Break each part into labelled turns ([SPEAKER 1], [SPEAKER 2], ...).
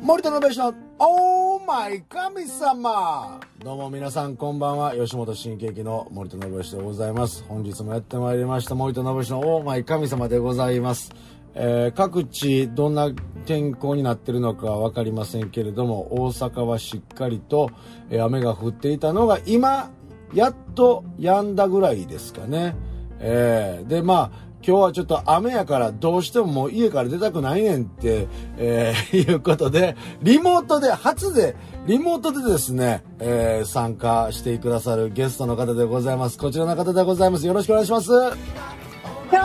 [SPEAKER 1] 森田信しのオーマイ神様どうも皆さんこんばんは吉本新喜劇の森田信しでございます本日もやってまいりました森田信しのオーマイ神様でございます、えー各地どんな天候になってるのかわかりませんけれども大阪はしっかりと、えー雨が降っていたのが今やっと止んだぐらいですかねえーでまあ今日はちょっと雨やからどうしてももう家から出たくないねんって、えー いうことで、リモートで、初で、リモートでですね、えー参加してくださるゲストの方でございます。こちらの方でございます。よろしくお願いします。
[SPEAKER 2] よろ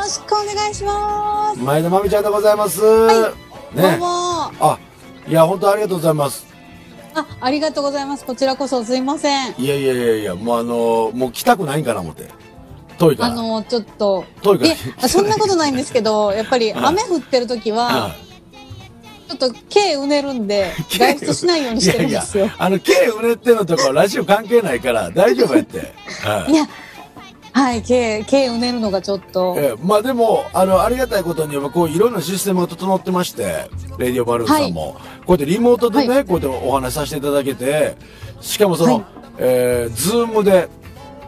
[SPEAKER 2] しくお願いします。
[SPEAKER 1] 前田真美ちゃんでございます。
[SPEAKER 2] どう
[SPEAKER 1] ね。
[SPEAKER 2] も。
[SPEAKER 1] あ、いや、本当ありがとうございます。
[SPEAKER 2] あ、ありがとうございます。こちらこそすいません。
[SPEAKER 1] いやいやいやいや、もうあのーもう来たくないんかな思って。遠いか
[SPEAKER 2] あ
[SPEAKER 1] ら。
[SPEAKER 2] の、ちょっと。
[SPEAKER 1] 遠いから
[SPEAKER 2] えあそんなことないんですけ ど、やっぱり雨降ってる時
[SPEAKER 1] うん
[SPEAKER 2] は、ちょっと毛うねるんで、外出しないようにしてるんですよ
[SPEAKER 1] いやい。やあの、K 売れてるのとかラジオ関係ないから大丈夫や って。はい
[SPEAKER 2] いや、はい、毛、毛うねるのがちょっと。
[SPEAKER 1] ええまあでも、あの、ありがたいことに、こう、いろんなシステムが整ってまして、レディオバルーンさんも。こうやってリモートでね、
[SPEAKER 2] は
[SPEAKER 1] こうやってお話しさせていただけて、しかもその、
[SPEAKER 2] はい
[SPEAKER 1] えーズームで、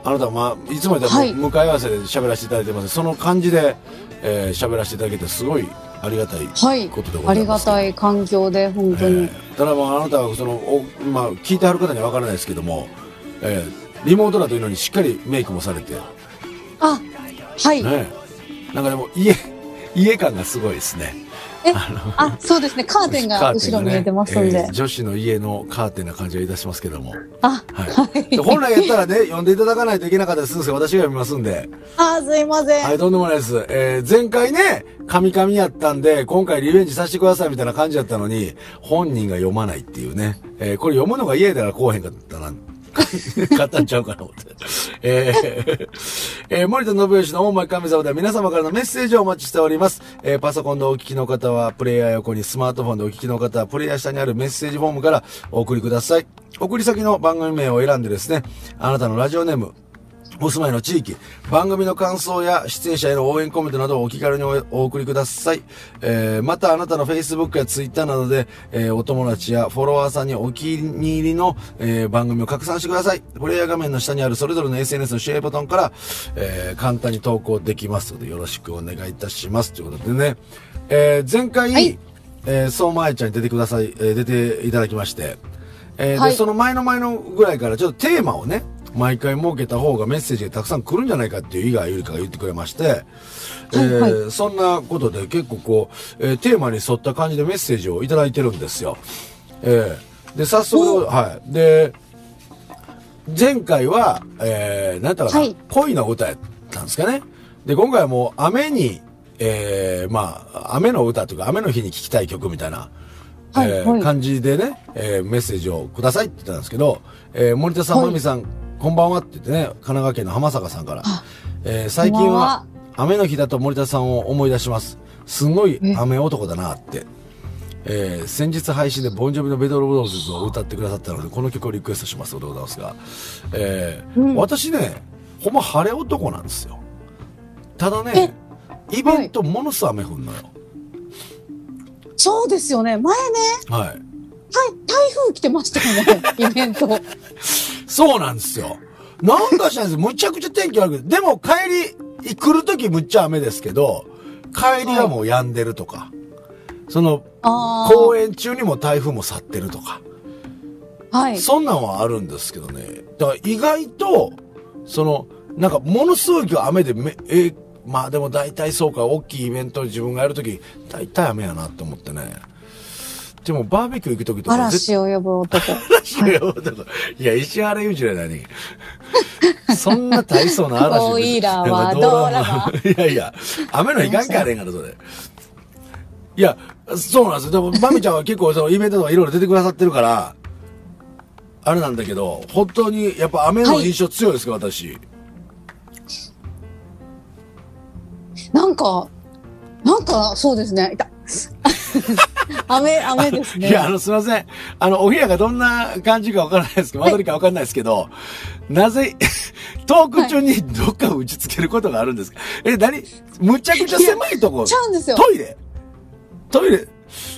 [SPEAKER 1] あなたは、まあ、いつもやった
[SPEAKER 2] は
[SPEAKER 1] ら
[SPEAKER 2] い
[SPEAKER 1] 向かい合わせで喋らせていただいてます。その感じで、えー喋らせていただけて、すごいありがたい
[SPEAKER 2] はい
[SPEAKER 1] ことでご。ざ
[SPEAKER 2] あ
[SPEAKER 1] い
[SPEAKER 2] り
[SPEAKER 1] ま
[SPEAKER 2] が
[SPEAKER 1] すけど。
[SPEAKER 2] たい環境で、本当に。
[SPEAKER 1] ただもうあなたはそのお、まあ、聞いてはる方には分からないですけども、えーリモートだというのにしっかりメイクもされて、ね
[SPEAKER 2] あ、はい。
[SPEAKER 1] え、なんかでも家家感がすごいですね
[SPEAKER 2] え、あ、そうですね。カーテンが後ろ見えてますん
[SPEAKER 1] カーテンが
[SPEAKER 2] で
[SPEAKER 1] ねえー。女子の家のカーテンな感じがいたしますけども、
[SPEAKER 2] あ、
[SPEAKER 1] はい、で本来やったらね呼んでいただかないといけなかったりするんですが私が読みますんで
[SPEAKER 2] あ、すいません。
[SPEAKER 1] はいとんでもないです、えー前回ねカミカミやったんで今回リベンジさせてくださいみたいな感じだったのに本人が読まないっていうね、えーこれ読むのが嫌だからこうへんかったな 買ったんちゃうかな思って。えーえー森田信義のオーマイ神様では皆様からのメッセージをお待ちしております。えーパソコンでお聞きの方はプレイヤー横に、スマートフォンでお聞きの方はプレイヤー下にあるメッセージフォームからお送りください。送り先の番組名を選んでですね、あなたのラジオネーム、お住まいの地域、番組の感想や出演者への応援コメントなどをお気軽におお送りください。えーまたあなたの Facebook や Twitter などで、えーお友達やフォロワーさんにお気に入りの、えー番組を拡散してください。プレイヤー画面の下にあるそれぞれの SNS のシェアボタンから、えー簡単に投稿できますのでよろしくお願いいたします。ということでね、えー前回、
[SPEAKER 2] はい
[SPEAKER 1] えー、相馬愛ちゃんに出てください、えー出ていただきまして、えー
[SPEAKER 2] は
[SPEAKER 1] で、
[SPEAKER 2] い
[SPEAKER 1] その前の前のぐらいからちょっとテーマをね、毎回設けた方がメッセージがたくさん来るんじゃないかっていう以外ゆりかが言ってくれまして、えー
[SPEAKER 2] はい
[SPEAKER 1] そんなことで結構こう、えーテーマに沿った感じでメッセージをいただいてるんですよ。えーで、早速、はい。で、前回は、えー、なんだったかな、
[SPEAKER 2] はい
[SPEAKER 1] 恋の歌やったんですかね。で、今回はもう雨に、えー、まあ、雨の歌というか雨の日に聴きたい曲みたいな、
[SPEAKER 2] はい
[SPEAKER 1] えー
[SPEAKER 2] はい
[SPEAKER 1] 感じでね、えーメッセージをくださいって言ったんですけど、えー森田さん、
[SPEAKER 2] はい
[SPEAKER 1] まみさん、こんばんはって言ってね、神奈川県の浜坂さんから、えー最近
[SPEAKER 2] こんばん
[SPEAKER 1] は
[SPEAKER 2] は
[SPEAKER 1] 雨の日だと森田さんを思い出します。すごい雨男だなって。えー先日配信でボンジョビのベドロブローズを歌ってくださったので、この曲をリクエストしますのでございますが、えー私ね、ほんま晴れ男なんですよ。ただね、イベントものすごい雨降んのよ。
[SPEAKER 2] そうですよね。前ね、
[SPEAKER 1] はい。
[SPEAKER 2] 台台風来てましたよね、イベント。
[SPEAKER 1] そうなんですよ。なんかしないです。むちゃくちゃ天気悪くて。でも帰り、来るときむっちゃ雨ですけど、帰りはもう止んでるとか、その、
[SPEAKER 2] ああ。
[SPEAKER 1] 公演中にも台風も去ってるとか、
[SPEAKER 2] はい。
[SPEAKER 1] そんなんはあるんですけどね。だから意外と、その、なんかものすごい今日雨でめ、えーまあでも大体そうか、大きいイベント自分がやるとき、大体雨やなと思ってね。でもバーベキュー行くときとか絶対
[SPEAKER 2] 嵐を呼ぶ男。
[SPEAKER 1] いや、だからいや、石原裕次郎や何そんな大層な嵐。
[SPEAKER 2] オイラ
[SPEAKER 1] な
[SPEAKER 2] は
[SPEAKER 1] んかもいやいや、雨のいかんかれんから、それ。いや、そうなんですよ。でも、まみちゃんは結構、そのイベントとかいろいろ出てくださってるから、あれなんだけど、本当に、やっぱ雨の印象強いですか、私。
[SPEAKER 2] なんか、なんか、そうですね。いた 雨、雨ですね。
[SPEAKER 1] いや、あの、すいません。あの、お部屋がどんな感じかわからないですけど、間取りかわからないですけど、なぜ、 トーク中にどっか打ち付けることがあるんですか、え、何むちゃくちゃ狭いとこ。
[SPEAKER 2] ちゃうんですよ。
[SPEAKER 1] トイレトイレ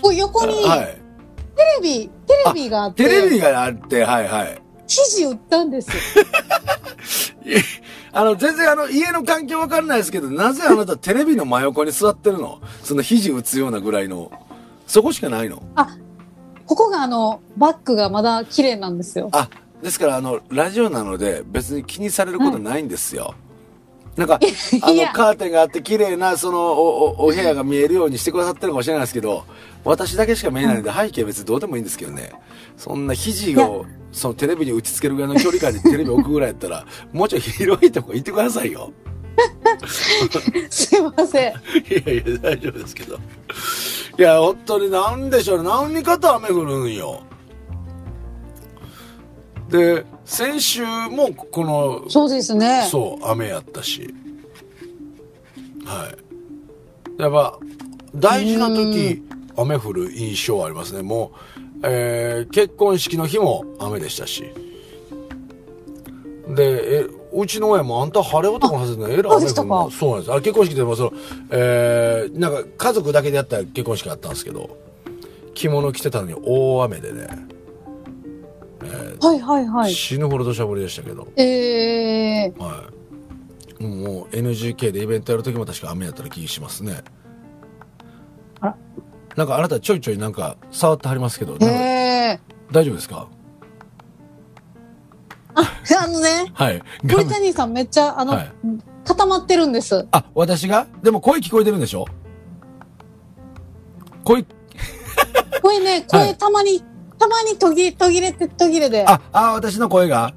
[SPEAKER 2] こう横に、
[SPEAKER 1] はい。
[SPEAKER 2] テレビ、テレビがあって、
[SPEAKER 1] テレビがあって、はいはい。
[SPEAKER 2] 記事売ったんですよ。
[SPEAKER 1] いあの、全然あの、家の環境わかんないですけど、なぜあなたテレビの真横に座ってるのその肘打つようなぐらいの。そこしかないの
[SPEAKER 2] ここがあの、バッグがまだ綺麗なんですよ。
[SPEAKER 1] あ、ですからあの、ラジオなので別に気にされることないんですよ。なんか、あ
[SPEAKER 2] い
[SPEAKER 1] の
[SPEAKER 2] や、
[SPEAKER 1] カーテンがあって綺麗な、そのお、お、お部屋が見えるようにしてくださってるかもしれないですけど、私だけしか見えないので背景別にどうでもいいんですけどね。そんな肘を、そのテレビに打ち付けるぐらいの距離感でテレビ置くぐらいやったら、もうちょい広いとこ行ってくださいよ。
[SPEAKER 2] すいません。
[SPEAKER 1] いやいや、大丈夫ですけど。いや、本当になんでしょうね。何かと雨降るんよ。で、先週もこの、
[SPEAKER 2] そうですね。
[SPEAKER 1] そう、雨やったし。はい。やっぱ、大事な時、雨降る印象はありますね。もう、えー結婚式の日も雨でしたし。で、え、うちの親もあんた晴れ男のはずなのにえらい
[SPEAKER 2] そう
[SPEAKER 1] 雨
[SPEAKER 2] で
[SPEAKER 1] 降
[SPEAKER 2] した
[SPEAKER 1] る
[SPEAKER 2] か
[SPEAKER 1] の。そうなんです。あれ結婚式でもその、えーなんか家族だけでやった結婚式があったんですけど、着物着てたのに大雨でね、
[SPEAKER 2] はいはいはい。
[SPEAKER 1] 死ぬほど土砂降りでしたけど。
[SPEAKER 2] えー、
[SPEAKER 1] はい。もう NGK でイベントやるときも確か雨やったら気しますね。
[SPEAKER 2] あら
[SPEAKER 1] なんかあなたちょいちょいなんか触ってはりますけど、なんか
[SPEAKER 2] えー。
[SPEAKER 1] 大丈夫ですか
[SPEAKER 2] あのね、
[SPEAKER 1] はい。画
[SPEAKER 2] 森
[SPEAKER 1] 面
[SPEAKER 2] 谷さんめっちゃ、あの、
[SPEAKER 1] はい
[SPEAKER 2] 固まってるんです。
[SPEAKER 1] あ、私がでも声聞こえてるんでしょ声、
[SPEAKER 2] これね、
[SPEAKER 1] は
[SPEAKER 2] 声
[SPEAKER 1] い
[SPEAKER 2] たまに、たまに途切れ、途切れて、途切れで。
[SPEAKER 1] あ、あ、私の声が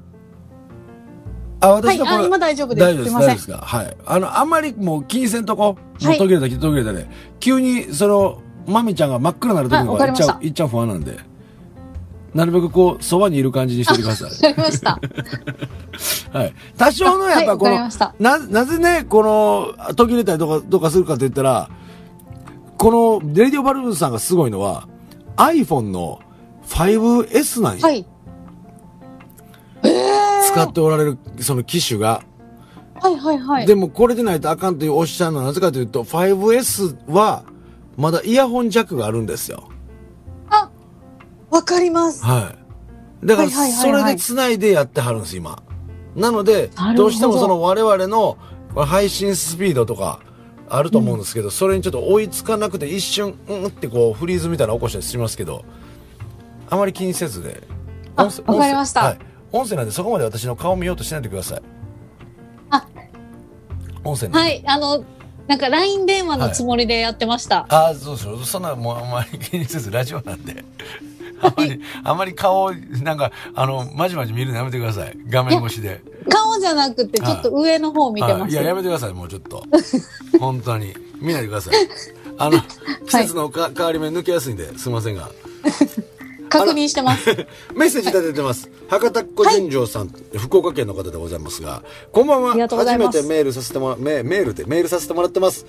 [SPEAKER 1] あ、
[SPEAKER 2] は
[SPEAKER 1] 私
[SPEAKER 2] い、
[SPEAKER 1] の声、
[SPEAKER 2] あ、今大丈夫です。
[SPEAKER 1] 大丈夫ですす、
[SPEAKER 2] い
[SPEAKER 1] 大
[SPEAKER 2] ま
[SPEAKER 1] 丈
[SPEAKER 2] せ
[SPEAKER 1] 夫
[SPEAKER 2] ん
[SPEAKER 1] で。すか。はい。あの、あんまりもう気にせんとこ。も
[SPEAKER 2] は
[SPEAKER 1] う
[SPEAKER 2] い
[SPEAKER 1] 途切れた、途切れたで。急に、その、まみちゃんが真っ暗になる時の
[SPEAKER 2] はいわ
[SPEAKER 1] が
[SPEAKER 2] か
[SPEAKER 1] い
[SPEAKER 2] り
[SPEAKER 1] っ
[SPEAKER 2] ま
[SPEAKER 1] ち
[SPEAKER 2] し
[SPEAKER 1] ゃ
[SPEAKER 2] た
[SPEAKER 1] う、いっちゃう不安なんで。なるべくこう、そばにいる感じにしておいてくださ
[SPEAKER 2] わかりました。
[SPEAKER 1] い。はい。多少のやっ
[SPEAKER 2] はい、
[SPEAKER 1] ぱ
[SPEAKER 2] わ
[SPEAKER 1] こ
[SPEAKER 2] か
[SPEAKER 1] の、
[SPEAKER 2] りました。
[SPEAKER 1] な、なぜね、この、途切れたりとか、とかするかと言ったら、この、レディオバルーンさんがすごいのは、iPhone の 5S なんや。
[SPEAKER 2] はい。えー、
[SPEAKER 1] 使っておられる、その機種が。
[SPEAKER 2] はいはいはい。
[SPEAKER 1] でもこれでないとあかんというおっしゃるのはなぜかというと 5S はまだイヤホンジャックがあるんですよ。
[SPEAKER 2] あ、わかります。
[SPEAKER 1] はい。だから
[SPEAKER 2] はいはいはいはい
[SPEAKER 1] それで繋いでやってはるんです今。なので
[SPEAKER 2] なるほど
[SPEAKER 1] どうしてもその我々の配信スピードとかあると思うんですけど、それにちょっと追いつかなくて一瞬うんってこうフリーズみたいなの起こしたりしますけどあまり気にせずで。
[SPEAKER 2] あ
[SPEAKER 1] 音声
[SPEAKER 2] わかりました
[SPEAKER 1] 音声はい。音声なんでそこまで私の顔見ようとしないでください。
[SPEAKER 2] あ
[SPEAKER 1] 音声なんで
[SPEAKER 2] はい、あの、なんか LINE 電話のつもりでやってました。
[SPEAKER 1] ああ、そうそう。そんな、もうあんまり気にせず、ラジオなんで。あまり、あまり顔を、なんか、あの、まじまじ見るのやめてください。画面越しで。
[SPEAKER 2] 顔じゃなくて、ちょっと上の方見てま
[SPEAKER 1] はい
[SPEAKER 2] す。
[SPEAKER 1] いや、やめてください、もうちょっ と。本当に。見ないでください。あの、季節のか、変わり目抜けやすいんで、すいませんが。
[SPEAKER 2] 確認してます。
[SPEAKER 1] メッセージいただいてます。博多っ子純情さん、福岡県の方でございますが、こんばんは。
[SPEAKER 2] ありがとうござ
[SPEAKER 1] 初
[SPEAKER 2] い
[SPEAKER 1] め
[SPEAKER 2] ます
[SPEAKER 1] てメールさせてもら、メメールでメールさせてもらってます。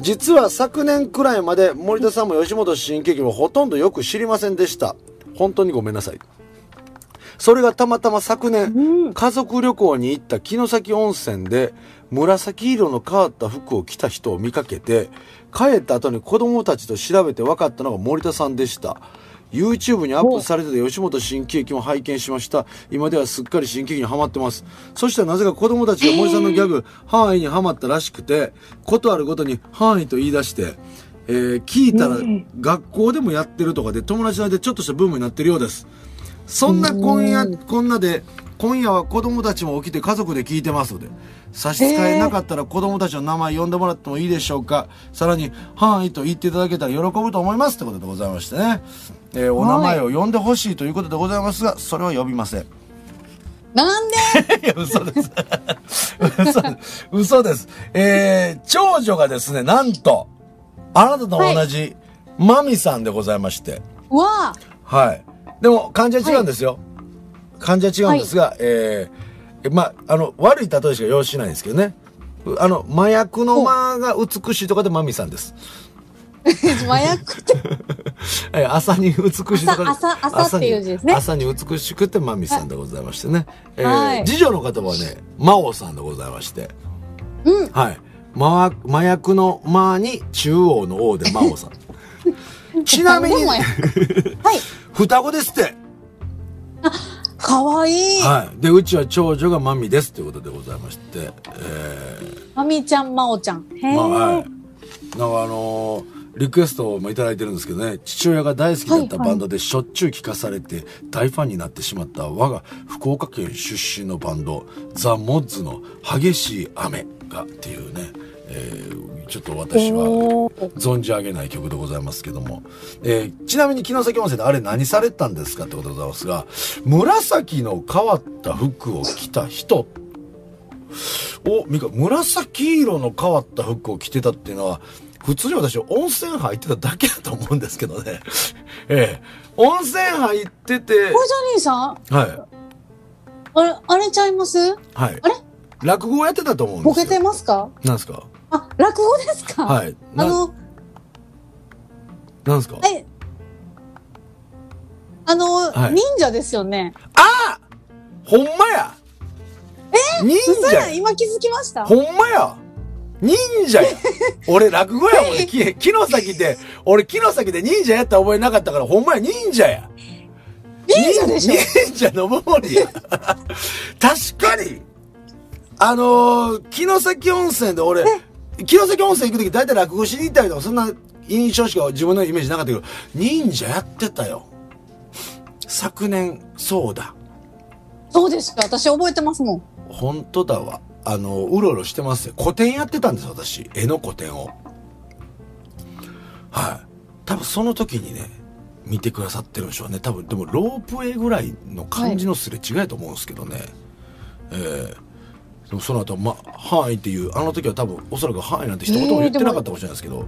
[SPEAKER 1] 実は昨年くらいまで森田さんも吉本新喜劇もほとんどよく知りませんでした。本当にごめんなさい。それがたまたま昨年、家族旅行に行った城崎温泉で、紫色の変わった服を着た人を見かけて、帰った後に子供たちと調べて分かったのが森田さんでした。YouTube にアップされてた吉本新喜劇も拝見しました。今ではすっかり新喜劇にハマってます。そしたらなぜか子供たちが森さんのギャグ、範囲にハマったらしくて、ことあるごとに範囲と言い出して、えー聞いたら学校でもやってるとかで友達の間でちょっとしたブームになってるようです。そんな今夜、こんなで、今夜は子供たちも起きて家族で聞いてますので、差し支えなかったら子供たちの名前呼んでもらってもいいでしょうか。さらに、はいと言っていただけたら喜ぶと思いますってことでございましてね。えーお名前を呼んでほしいということでございますが、それは呼びません。
[SPEAKER 2] なんで
[SPEAKER 1] いや、 嘘です。 嘘です。嘘です。えー、長女がですね、なんと、あなたと同じ、マミさんでございまして。
[SPEAKER 2] は、
[SPEAKER 1] はい。でも、患者違うんですよ。患者違うんですが、えーまあ、あの、悪い例えしか用意しないんですけどね。うあの、麻薬の間が美しいとかでマミさんです。
[SPEAKER 2] 麻薬って、
[SPEAKER 1] えー朝に美しいとかで
[SPEAKER 2] 朝朝朝っていう字ですね
[SPEAKER 1] 朝に朝に美しくてマミさんでございましてね。えー
[SPEAKER 2] はい
[SPEAKER 1] 次女の方はね、真央さんでございまして。
[SPEAKER 2] うん
[SPEAKER 1] はい。麻麻薬の間に中央の王で真央さん。 ちなみに
[SPEAKER 2] で、もやはい。
[SPEAKER 1] 双子ですって。
[SPEAKER 2] かわいい。
[SPEAKER 1] はい。で、うちは長女がマミですということでございまして。
[SPEAKER 2] まみちゃん、まおちゃん。へ
[SPEAKER 1] え
[SPEAKER 2] え。
[SPEAKER 1] ー、まあ、はい。なんかあのーリクエストもいただいてるんですけどね、父親が大好きだった
[SPEAKER 2] はいはい
[SPEAKER 1] バンドでしょっちゅう聴かされて大ファンになってしまった我が福岡県出身のバンド、ザ・モッズの激しい雨がっていうね、えーちょっと私は
[SPEAKER 2] おー
[SPEAKER 1] 存じ上げない曲でございますけども、えーちなみに城崎温泉であれ何されたんですかってことでございますが紫の変わった服を着た人おみか紫色の変わった服を着てたっていうのは普通に私温泉入ってただけだと思うんですけどね ええ温泉入ってて
[SPEAKER 2] おジャニーさん
[SPEAKER 1] はい
[SPEAKER 2] あれ、あれちゃいます
[SPEAKER 1] はい
[SPEAKER 2] あれ
[SPEAKER 1] 落語をやってたと思うんで
[SPEAKER 2] ボ
[SPEAKER 1] す
[SPEAKER 2] ケ
[SPEAKER 1] よ
[SPEAKER 2] てますか
[SPEAKER 1] なんですか
[SPEAKER 2] あ、落語ですか
[SPEAKER 1] はい
[SPEAKER 2] あ
[SPEAKER 1] な
[SPEAKER 2] の、
[SPEAKER 1] なんですか
[SPEAKER 2] え、あの、
[SPEAKER 1] はい
[SPEAKER 2] 忍者ですよね。
[SPEAKER 1] あほんまやえ忍
[SPEAKER 2] う
[SPEAKER 1] 者
[SPEAKER 2] や
[SPEAKER 1] や
[SPEAKER 2] ん、今気づきました
[SPEAKER 1] ほんまや忍者 や俺落語やもんね。き木の先で、俺木の先で忍者やった覚えなかったから、ほんまや忍者や。
[SPEAKER 2] 忍者でしょ
[SPEAKER 1] 忍者の毛利や。確かに。あのー、木の先温泉で俺、木の先温泉行く時大体落語しに行ったりとか、そんな印象しか自分のイメージなかったけど、忍者やってたよ。昨年、そうだ。
[SPEAKER 2] そうですか私覚えてます もん。
[SPEAKER 1] 本当だわ。あの、うろうろしてますよ。古典やってたんです、私。絵の古典を。はい。多分その時にね、見てくださってるんでしょうね。多分、でもロープウェイぐらいの感じのすれ違いやと思うんですけどね。ええでもその後、ま、はいっていう、あの時は多分、おそらくはいなんて一言も言ってなかったかもしれないですけど、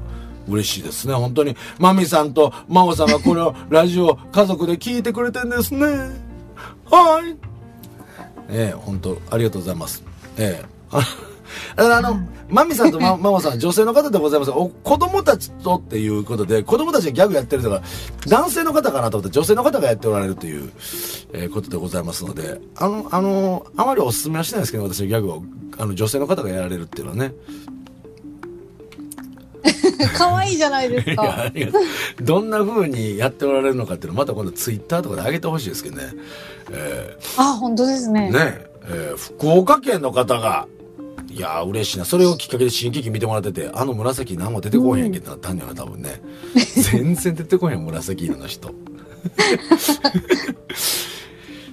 [SPEAKER 1] 嬉しいですね。本当に、マミさんとマオさんがこのラジオ、家族で聞いてくれてんですね。はい。ええ本当ありがとうございます。ええあだからあの、マミさんとマママさん、女性の方でございますが、お子供たちとっていうことで、子供たちがギャグやってるとか、男性の方かなと思って、女性の方がやっておられるという、えーことでございますので、あの、あの、あまりお勧めはしないですけど、私のギャグを、あの、女性の方がやられるっていうのはね。
[SPEAKER 2] 可愛いじゃないです
[SPEAKER 1] いやあ
[SPEAKER 2] か。
[SPEAKER 1] りがとうどんな風にやっておられるのかっていうのまた今度ツイッターとかで上げてほしいですけどね。
[SPEAKER 2] あ、本当ですね。
[SPEAKER 1] ねえ、えー福岡県の方が、いやー嬉しいな。それをきっかけで新喜劇見てもらってて、あの紫何も出てこへんやんけってなったんやな、多分ね。全然出てこへん、紫色の人。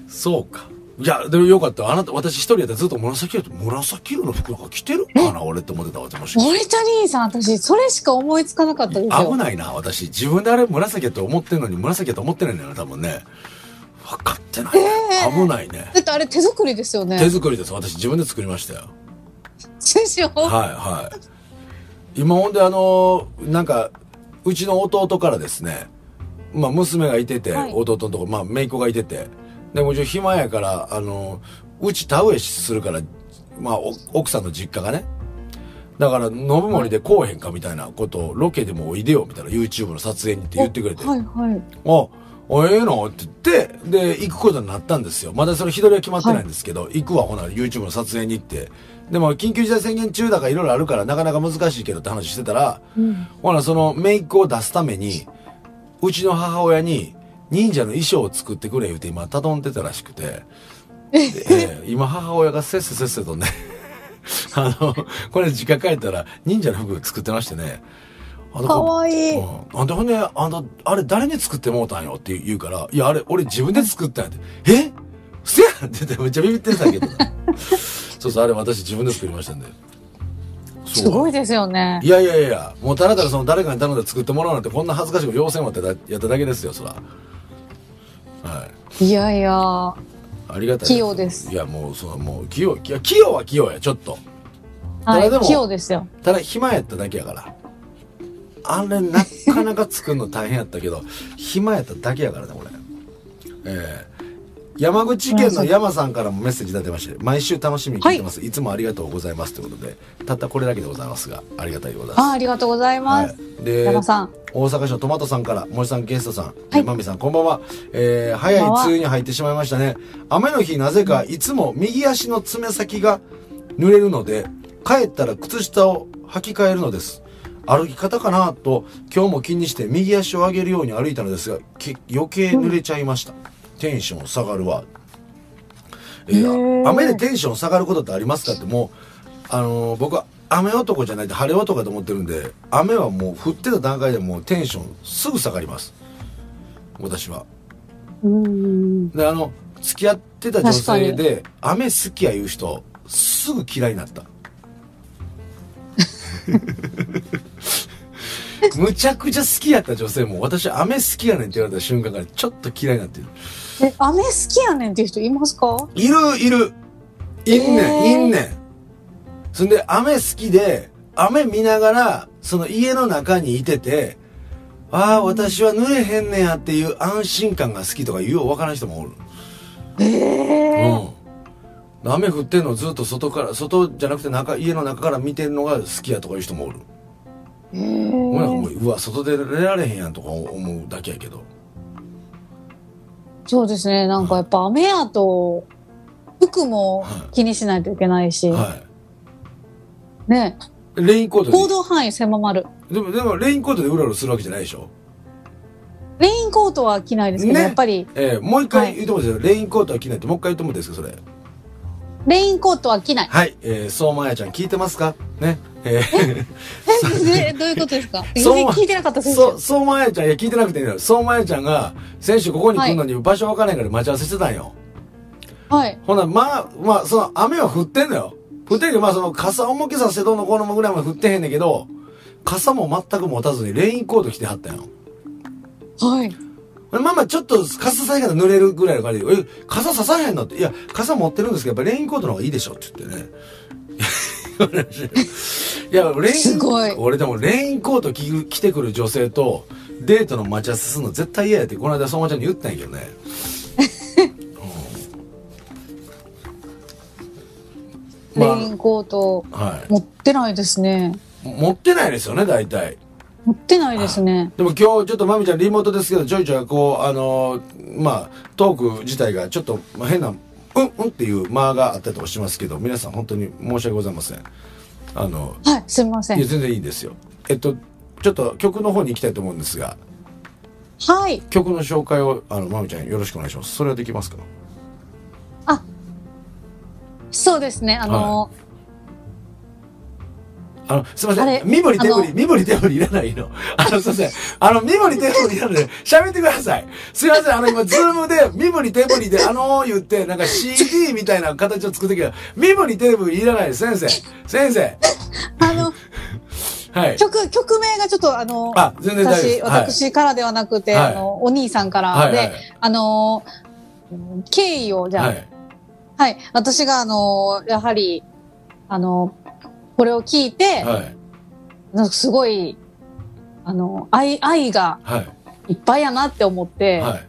[SPEAKER 1] そうか。いや、でもよかった。あなた、私一人やったらずっと紫色と、紫色の服なんか着てるのかな俺って思ってたわ、もしかして
[SPEAKER 2] 俺ちゃん兄さん、私、それしか思いつかなかったです
[SPEAKER 1] 危
[SPEAKER 2] よ。
[SPEAKER 1] ないな、私。自分であれ紫やと思ってんのに、紫やと思ってないんだよな、多分ね。分かってないね。危ないね。
[SPEAKER 2] だってあれ手作りですよね
[SPEAKER 1] 手。作りです。私自分で作りましたよ。
[SPEAKER 2] でしょ
[SPEAKER 1] はいはい。今ほんであのーなんか、うちの弟からですね、まあ娘がいてて、
[SPEAKER 2] はい
[SPEAKER 1] 弟のとこ、まあ姪っ子がいてて、でもちょ暇やから、あのーうち田植えするから、まあお奥さんの実家がね、だから信盛でこうへんかみたいなことをロケでもおいでよみたいな YouTube の撮影にって言ってくれて、
[SPEAKER 2] はいはい。
[SPEAKER 1] あ、あええのって言って、で、行くことになったんですよ。まだそれ日取りは決まってないんですけど、行くわ、ほな、YouTube の撮影に行って。でも、緊急事態宣言中だからいろいろあるから、なかなか難しいけどって話してたら、
[SPEAKER 2] うん
[SPEAKER 1] ほな、その、メイクを出すために、うちの母親に、忍者の衣装を作ってくれ言うて今頼んでたらしくて、でえー今母親がせっせせっせとね、 あの、これ実家帰ったら忍者の服作ってましてね、あの
[SPEAKER 2] かわいい。
[SPEAKER 1] うん、あんたほんで、あんた、あれ誰に作ってもうたんよって言うから、いや、あれ、俺自分で作ったんやって。えせやんって言ってめっちゃビビってた けどな。そうそう、あれ私自分で作りましたんで。
[SPEAKER 2] すごい
[SPEAKER 1] い
[SPEAKER 2] ですよね。
[SPEAKER 1] いやいやいや、もうただただその誰かに頼んで作ってもらうなんてこんな恥ずかしく要請もあってだやっただけですよ、そら。はい。
[SPEAKER 2] いやいや。
[SPEAKER 1] ありがたい。
[SPEAKER 2] 器用です
[SPEAKER 1] いや、もう、その、もう、器用、いや、器用は器用や、ちょっと。た
[SPEAKER 2] は
[SPEAKER 1] だで
[SPEAKER 2] い、
[SPEAKER 1] も
[SPEAKER 2] 器用ですよ。
[SPEAKER 1] ただ暇やっただけやからあれなかなか作るの大変やったけど暇やっただけやからねこれええ山口県の山さんからもメッセージいただいてまして毎週楽しみに聞いてます、い、つもありがとうございますということでたったこれだけでございますがありがたいでございます
[SPEAKER 2] あ、ありがとうございます。
[SPEAKER 1] はい、で
[SPEAKER 2] 山さん
[SPEAKER 1] 大阪市のトマトさんから森さんゲストさん、
[SPEAKER 2] い
[SPEAKER 1] まみさんこんばんは、えー、早い
[SPEAKER 2] こんばんは
[SPEAKER 1] 梅雨に入ってしまいましたね雨の日なぜかいつも右足の爪先が濡れるので帰ったら靴下を履き替えるのです歩き方かなと今日も気にして右足を上げるように歩いたのですがけ余計濡れちゃいました、テンション下がるわ、えー
[SPEAKER 2] へー
[SPEAKER 1] 雨でテンション下がることってありますかってもう、あのー僕は雨男じゃないって晴れ男だと思ってるんで雨はもう降ってた段階でもうテンションすぐ下がります私は
[SPEAKER 2] うん。
[SPEAKER 1] であの付き合ってた女性で雨好きや言う人すぐ嫌いになった むちゃくちゃ好きやった女性も私雨好きやねんって言われた瞬間からちょっと嫌いになってる
[SPEAKER 2] え、雨好きやねんっていう人いますか
[SPEAKER 1] いるいるいんねん、
[SPEAKER 2] えー
[SPEAKER 1] いんねんそんで雨好きで雨見ながらその家の中にいててああ私は濡れへんねやっていう安心感が好きとかようわからん人もおる
[SPEAKER 2] ええ
[SPEAKER 1] うん、雨降ってんのずっと外から外じゃなくて中家の中から見てるのが好きやとかいう人もおる、
[SPEAKER 2] え
[SPEAKER 1] 俺なんかも
[SPEAKER 2] え
[SPEAKER 1] ううわ外出られへんやんとか思うだけやけど
[SPEAKER 2] そうですね。なんかやっぱ雨やと、服も気にしないといけないし、
[SPEAKER 1] は
[SPEAKER 2] ね、
[SPEAKER 1] いレインコート
[SPEAKER 2] 行
[SPEAKER 1] で
[SPEAKER 2] 動範囲狭まる。
[SPEAKER 1] でもでもレインコートでうろうろするわけじゃないでしょ
[SPEAKER 2] レインコートは着ないですけど、
[SPEAKER 1] ね
[SPEAKER 2] やっぱり、
[SPEAKER 1] ええもう一
[SPEAKER 2] は
[SPEAKER 1] 回
[SPEAKER 2] い
[SPEAKER 1] 言うと思うんですよ、レインコートは着ないってもう一回言うと思うんですけどそれ
[SPEAKER 2] レインコートは着ない。
[SPEAKER 1] はい、えー、相馬彩ちゃん聞いてますかねえー
[SPEAKER 2] え、 どういうことですか 全
[SPEAKER 1] そう
[SPEAKER 2] 然聞いてなかったです
[SPEAKER 1] そう、相馬彩ちゃん、いや、聞いてなくていいのよ。相馬彩ちゃんが、先週ここに来るのに場所わからないから待ち合わせしてたんよ。
[SPEAKER 2] はい。
[SPEAKER 1] ほな、まあ、まあ、その雨は降ってんのよ。降ってんけど、まあその傘重けさせてどうのこうのぐらいまで降ってへんねんけど、傘も全く持たずにレインコート着てはったんよ。
[SPEAKER 2] はい。
[SPEAKER 1] ほんでまあまあちょっと傘さえ方濡れるぐらいの感じで、え、傘ささへんのって、いや、傘持ってるんですけど、やっぱレインコートの方がいいでしょって言ってね。 いや、レイン、
[SPEAKER 2] すごい
[SPEAKER 1] 俺でもレインコート着る着てくる女性とデートの待ち合わせするの絶対嫌やって、この間相馬ちゃんに言ったんやけどね。うんまあ
[SPEAKER 2] レインコート、
[SPEAKER 1] はい。
[SPEAKER 2] 持ってないですね。
[SPEAKER 1] 持ってないですよね、大体。
[SPEAKER 2] 持ってないですね。
[SPEAKER 1] でも今日ちょっとまみちゃんリモートですけど、ちょいちょいこう、あのーまあ、トーク自体がちょっとまあ変な、うんうんっていう間があったりとかしますけど、皆さん本当に申し訳ございません。あの、
[SPEAKER 2] はい、すみませ
[SPEAKER 1] いや、
[SPEAKER 2] ん。
[SPEAKER 1] 全然いいんですよ。えっと、ちょっと曲の方に行きたいと思うんですが、
[SPEAKER 2] はい。
[SPEAKER 1] 曲の紹介を、あの、まみちゃんよろしくお願いします。それはできますか
[SPEAKER 2] そうですね。あの、
[SPEAKER 1] あの、すいま
[SPEAKER 2] あ
[SPEAKER 1] せ
[SPEAKER 2] れ
[SPEAKER 1] ん。身振り手振
[SPEAKER 2] あ
[SPEAKER 1] り、身振り手振りいらないの。 あの、すいません。あの、身振り手振りいらないので、喋ってください。すいません。あの、今、ズームで、身振り手振りで、あのー、言って、なんか CD みたいな形を作ってきた。身振り手振りいらないです。先生。先生。
[SPEAKER 2] あの、
[SPEAKER 1] はい。
[SPEAKER 2] 曲、曲名がちょっとあの、
[SPEAKER 1] あ全然大丈夫です
[SPEAKER 2] 私、
[SPEAKER 1] はい
[SPEAKER 2] 私からではなくて、
[SPEAKER 1] はい
[SPEAKER 2] あの、お兄さんから
[SPEAKER 1] はい
[SPEAKER 2] で、
[SPEAKER 1] はい
[SPEAKER 2] あの、うん経緯を、じゃあ、
[SPEAKER 1] は
[SPEAKER 2] はい、
[SPEAKER 1] い。
[SPEAKER 2] 私があの、やはり、あの、これを聞いて、
[SPEAKER 1] はい。
[SPEAKER 2] なんかすごい、あの、愛、愛が
[SPEAKER 1] はい。
[SPEAKER 2] いっぱいやなって思って、
[SPEAKER 1] はい。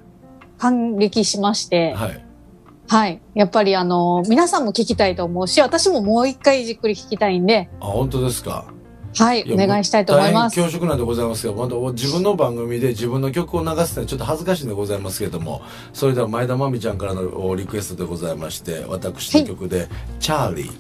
[SPEAKER 2] 感激しまして、はい、
[SPEAKER 1] はい。
[SPEAKER 2] やっぱりあの、皆さんも聞きたいと思うし、私ももう一回じっくり聞きたいんで、
[SPEAKER 1] あ、本当ですか。
[SPEAKER 2] はい、お
[SPEAKER 1] や
[SPEAKER 2] 願いしたいと思います。
[SPEAKER 1] 大変恐縮なんでございますが、まだ自分の番組で自分の曲を流すのはちょっと恥ずかしいんでございますけれども、それでは前田真美ちゃんからのおリクエストでございまして、私の曲で、チャーリー。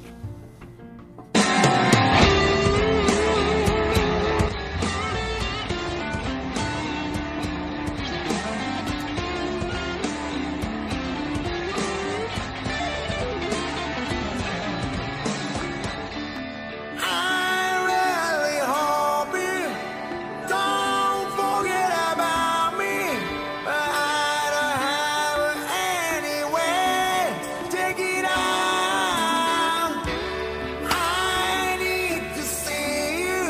[SPEAKER 1] I really hope you don't forget about me. But I don't have it anyway. Take it out. I need to see you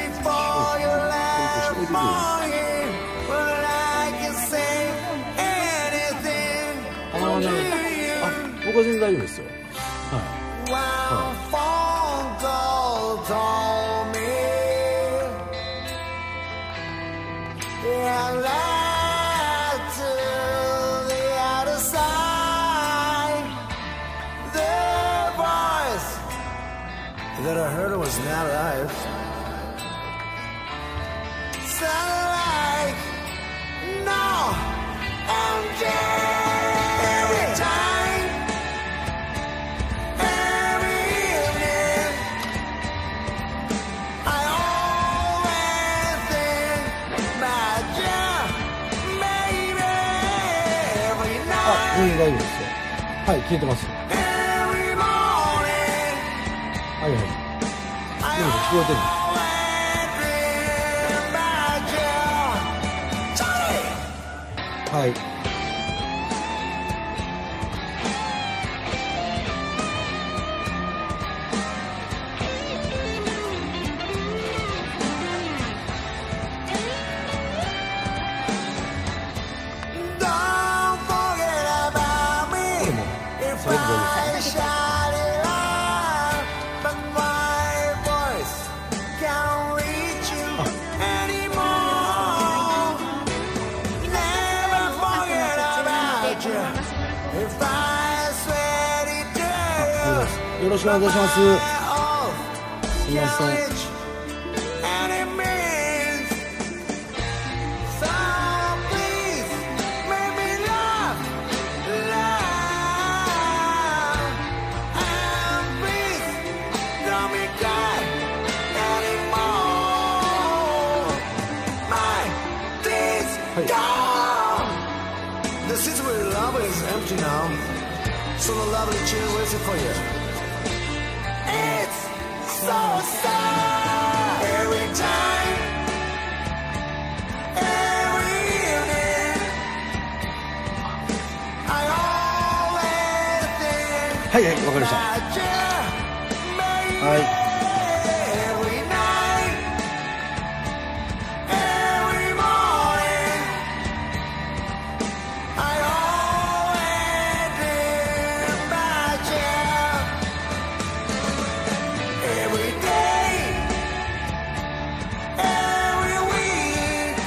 [SPEAKER 1] before you left for you. But I can say anything. 僕は全然大丈夫ですよ。
[SPEAKER 3] One phone call told me I lied to the other side. The voice that I heard was not alive. Sounded like no, I'm dead every time. Every evening, I
[SPEAKER 1] うん、大丈夫ですよ。はい、消えてます。は
[SPEAKER 3] Every morning
[SPEAKER 1] いはい。
[SPEAKER 3] I
[SPEAKER 1] でも聞こえてる。
[SPEAKER 3] always dream about you. Johnny!
[SPEAKER 1] はい。
[SPEAKER 3] Don't forget about me if I shout it out, but my voice can't reach you anymore. Never forget about you if I swear it to you.
[SPEAKER 1] よろしくお願いいたします。
[SPEAKER 3] す
[SPEAKER 1] いません。
[SPEAKER 3] The seats where love is empty now, so the lovely cheer waiting for you. It's so sad every time, every evening. I always think
[SPEAKER 1] はいはい、わかりました。
[SPEAKER 3] about you, maybe
[SPEAKER 1] はい。
[SPEAKER 3] every night, every morning. I always dream about you. Every day, every week.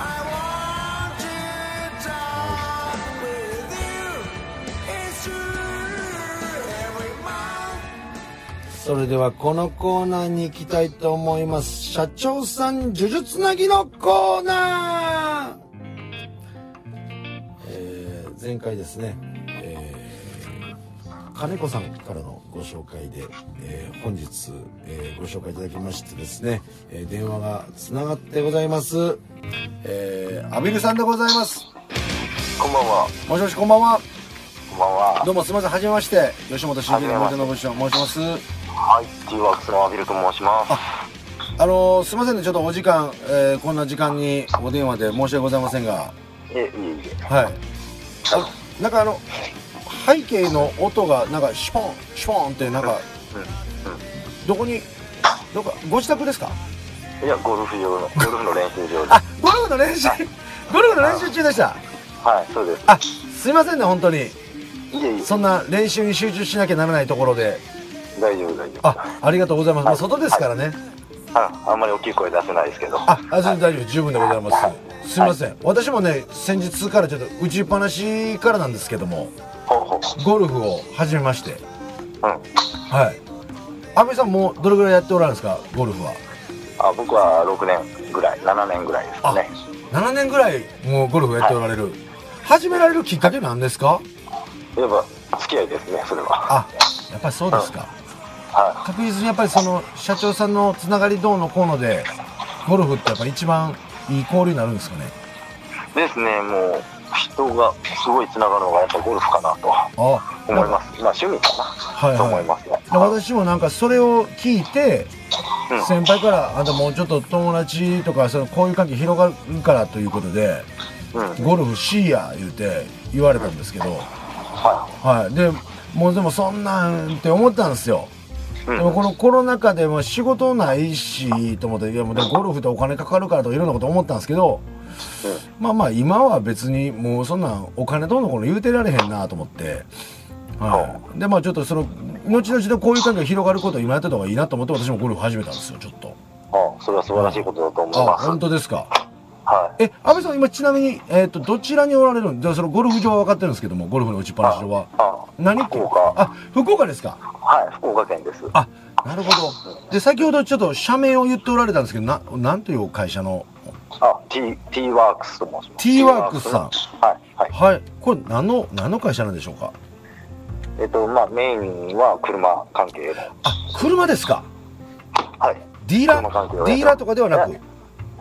[SPEAKER 3] I want to talk with you. It's true. Every month.
[SPEAKER 1] それではこのコーナーに行きたいと思います。社長さん、呪術つなぎのコーナーえー、前回ですね、えー、金子さんからのご紹介で、えー本日、えーご紹介いただきましてですね、えー電話がつながってございます。えー、アビルさんでございます。
[SPEAKER 4] こんばんは。
[SPEAKER 1] もしもしこんばんは。
[SPEAKER 4] こんばんは。
[SPEAKER 1] どうもすみません、はじめまして。吉本新喜劇の森田信之と申します。
[SPEAKER 4] はい、T ワークスのアビルと申します。
[SPEAKER 1] あのーすみませんね、ちょっとお時間、えーこんな時間にお電話で申し訳ございませんが、
[SPEAKER 4] え、いえいえ。
[SPEAKER 1] はい。あなんかあの、背景の音が、なんか、シュポン、シュポンって、なんか、どこに、どこか、ご自宅ですか
[SPEAKER 4] いや、ゴルフ用の、ゴルフの練習場で
[SPEAKER 1] あ、ゴルフの練習、ゴルフの練習中でした。
[SPEAKER 4] はい、そうです。
[SPEAKER 1] あ、すみませんね、本当に。
[SPEAKER 4] いえいえ。
[SPEAKER 1] そんな練習に集中しなきゃならないところで。
[SPEAKER 4] 大丈夫、大丈夫。
[SPEAKER 1] あ、ありがとうございます。まあ、外ですからね。
[SPEAKER 4] あ、あんまり大きい声出せないですけど。
[SPEAKER 1] あ、あ全然大丈夫、十分でございます。すみません、私もね、先日からちょっと打ちっぱなしからなんですけども、
[SPEAKER 4] ほうほう。
[SPEAKER 1] ゴルフを始めまして、
[SPEAKER 4] うん。
[SPEAKER 1] はい。阿部さんもどれぐらいやっておられるんですか、ゴルフは。
[SPEAKER 4] あ、僕は六年ぐらい、七年ぐらいですかね。
[SPEAKER 1] 7年ぐらいもうゴルフやっておられる。始められるきっかけなんですか
[SPEAKER 4] やっぱ、付き合いですね、それは。
[SPEAKER 1] あ、やっぱりそうですか。
[SPEAKER 4] は
[SPEAKER 1] 確実にやっぱりその社長さんのつながりどうのこうので、ゴルフってやっぱ一番いい交流になるんですかね。
[SPEAKER 4] い。ですね、もう、人がすごい繋がるのが、やっぱゴルフかなと
[SPEAKER 1] あ、
[SPEAKER 4] 思います。まあ、趣味かな、
[SPEAKER 1] いはい
[SPEAKER 4] と思いますね。
[SPEAKER 1] で私もなんかそれを聞いて、
[SPEAKER 4] うん
[SPEAKER 1] 先輩からあんたもうちょっと友達とかそのこういう関係広がるからということで
[SPEAKER 4] うん。
[SPEAKER 1] ゴルフしいや言うて言われたんですけど、
[SPEAKER 4] は
[SPEAKER 1] はい、でもうでもそんなんって思ったんですよ、
[SPEAKER 4] うん
[SPEAKER 1] でもこのコロナ禍でも仕事ないしと思っていやもうでもゴルフってお金かかるからとかいろんなこと思ったんですけど、まあまあ今は別にもうそんなんお金どうのこうの言うてられへんなと思って、はい、でまあちょっとその後々でこういう関係が広がることを今やってた方がいいなと思って私もゴルフ始めたんですよちょっと
[SPEAKER 4] い。あ、それは素晴らしいことだと思い
[SPEAKER 1] あ
[SPEAKER 4] ます。
[SPEAKER 1] 本当ですか
[SPEAKER 4] は。
[SPEAKER 1] え安倍さん今ちなみに、えー、とどちらにおられるんでそのゴルフ場は分かってるんですけどもゴルフの打ちっぱなし場はい
[SPEAKER 4] あ、
[SPEAKER 1] 何
[SPEAKER 4] 福岡
[SPEAKER 1] あ福岡ですか
[SPEAKER 4] はい、福岡県です。
[SPEAKER 1] あなるほどで先ほどちょっと社名を言っておられたんですけどななんという会社の
[SPEAKER 4] あ、T、T ワークスと申します。
[SPEAKER 1] T ワークスさん
[SPEAKER 4] T ワークスはい、はい。
[SPEAKER 1] はいこれ何の何の会社なんでしょうか
[SPEAKER 4] えっと、まあ、メインは車関係の。
[SPEAKER 1] あ車ですか
[SPEAKER 4] はい。
[SPEAKER 1] ディーラ
[SPEAKER 4] 車関係
[SPEAKER 1] ー
[SPEAKER 4] を
[SPEAKER 1] ディーラ
[SPEAKER 4] やってます
[SPEAKER 1] ーとかではなく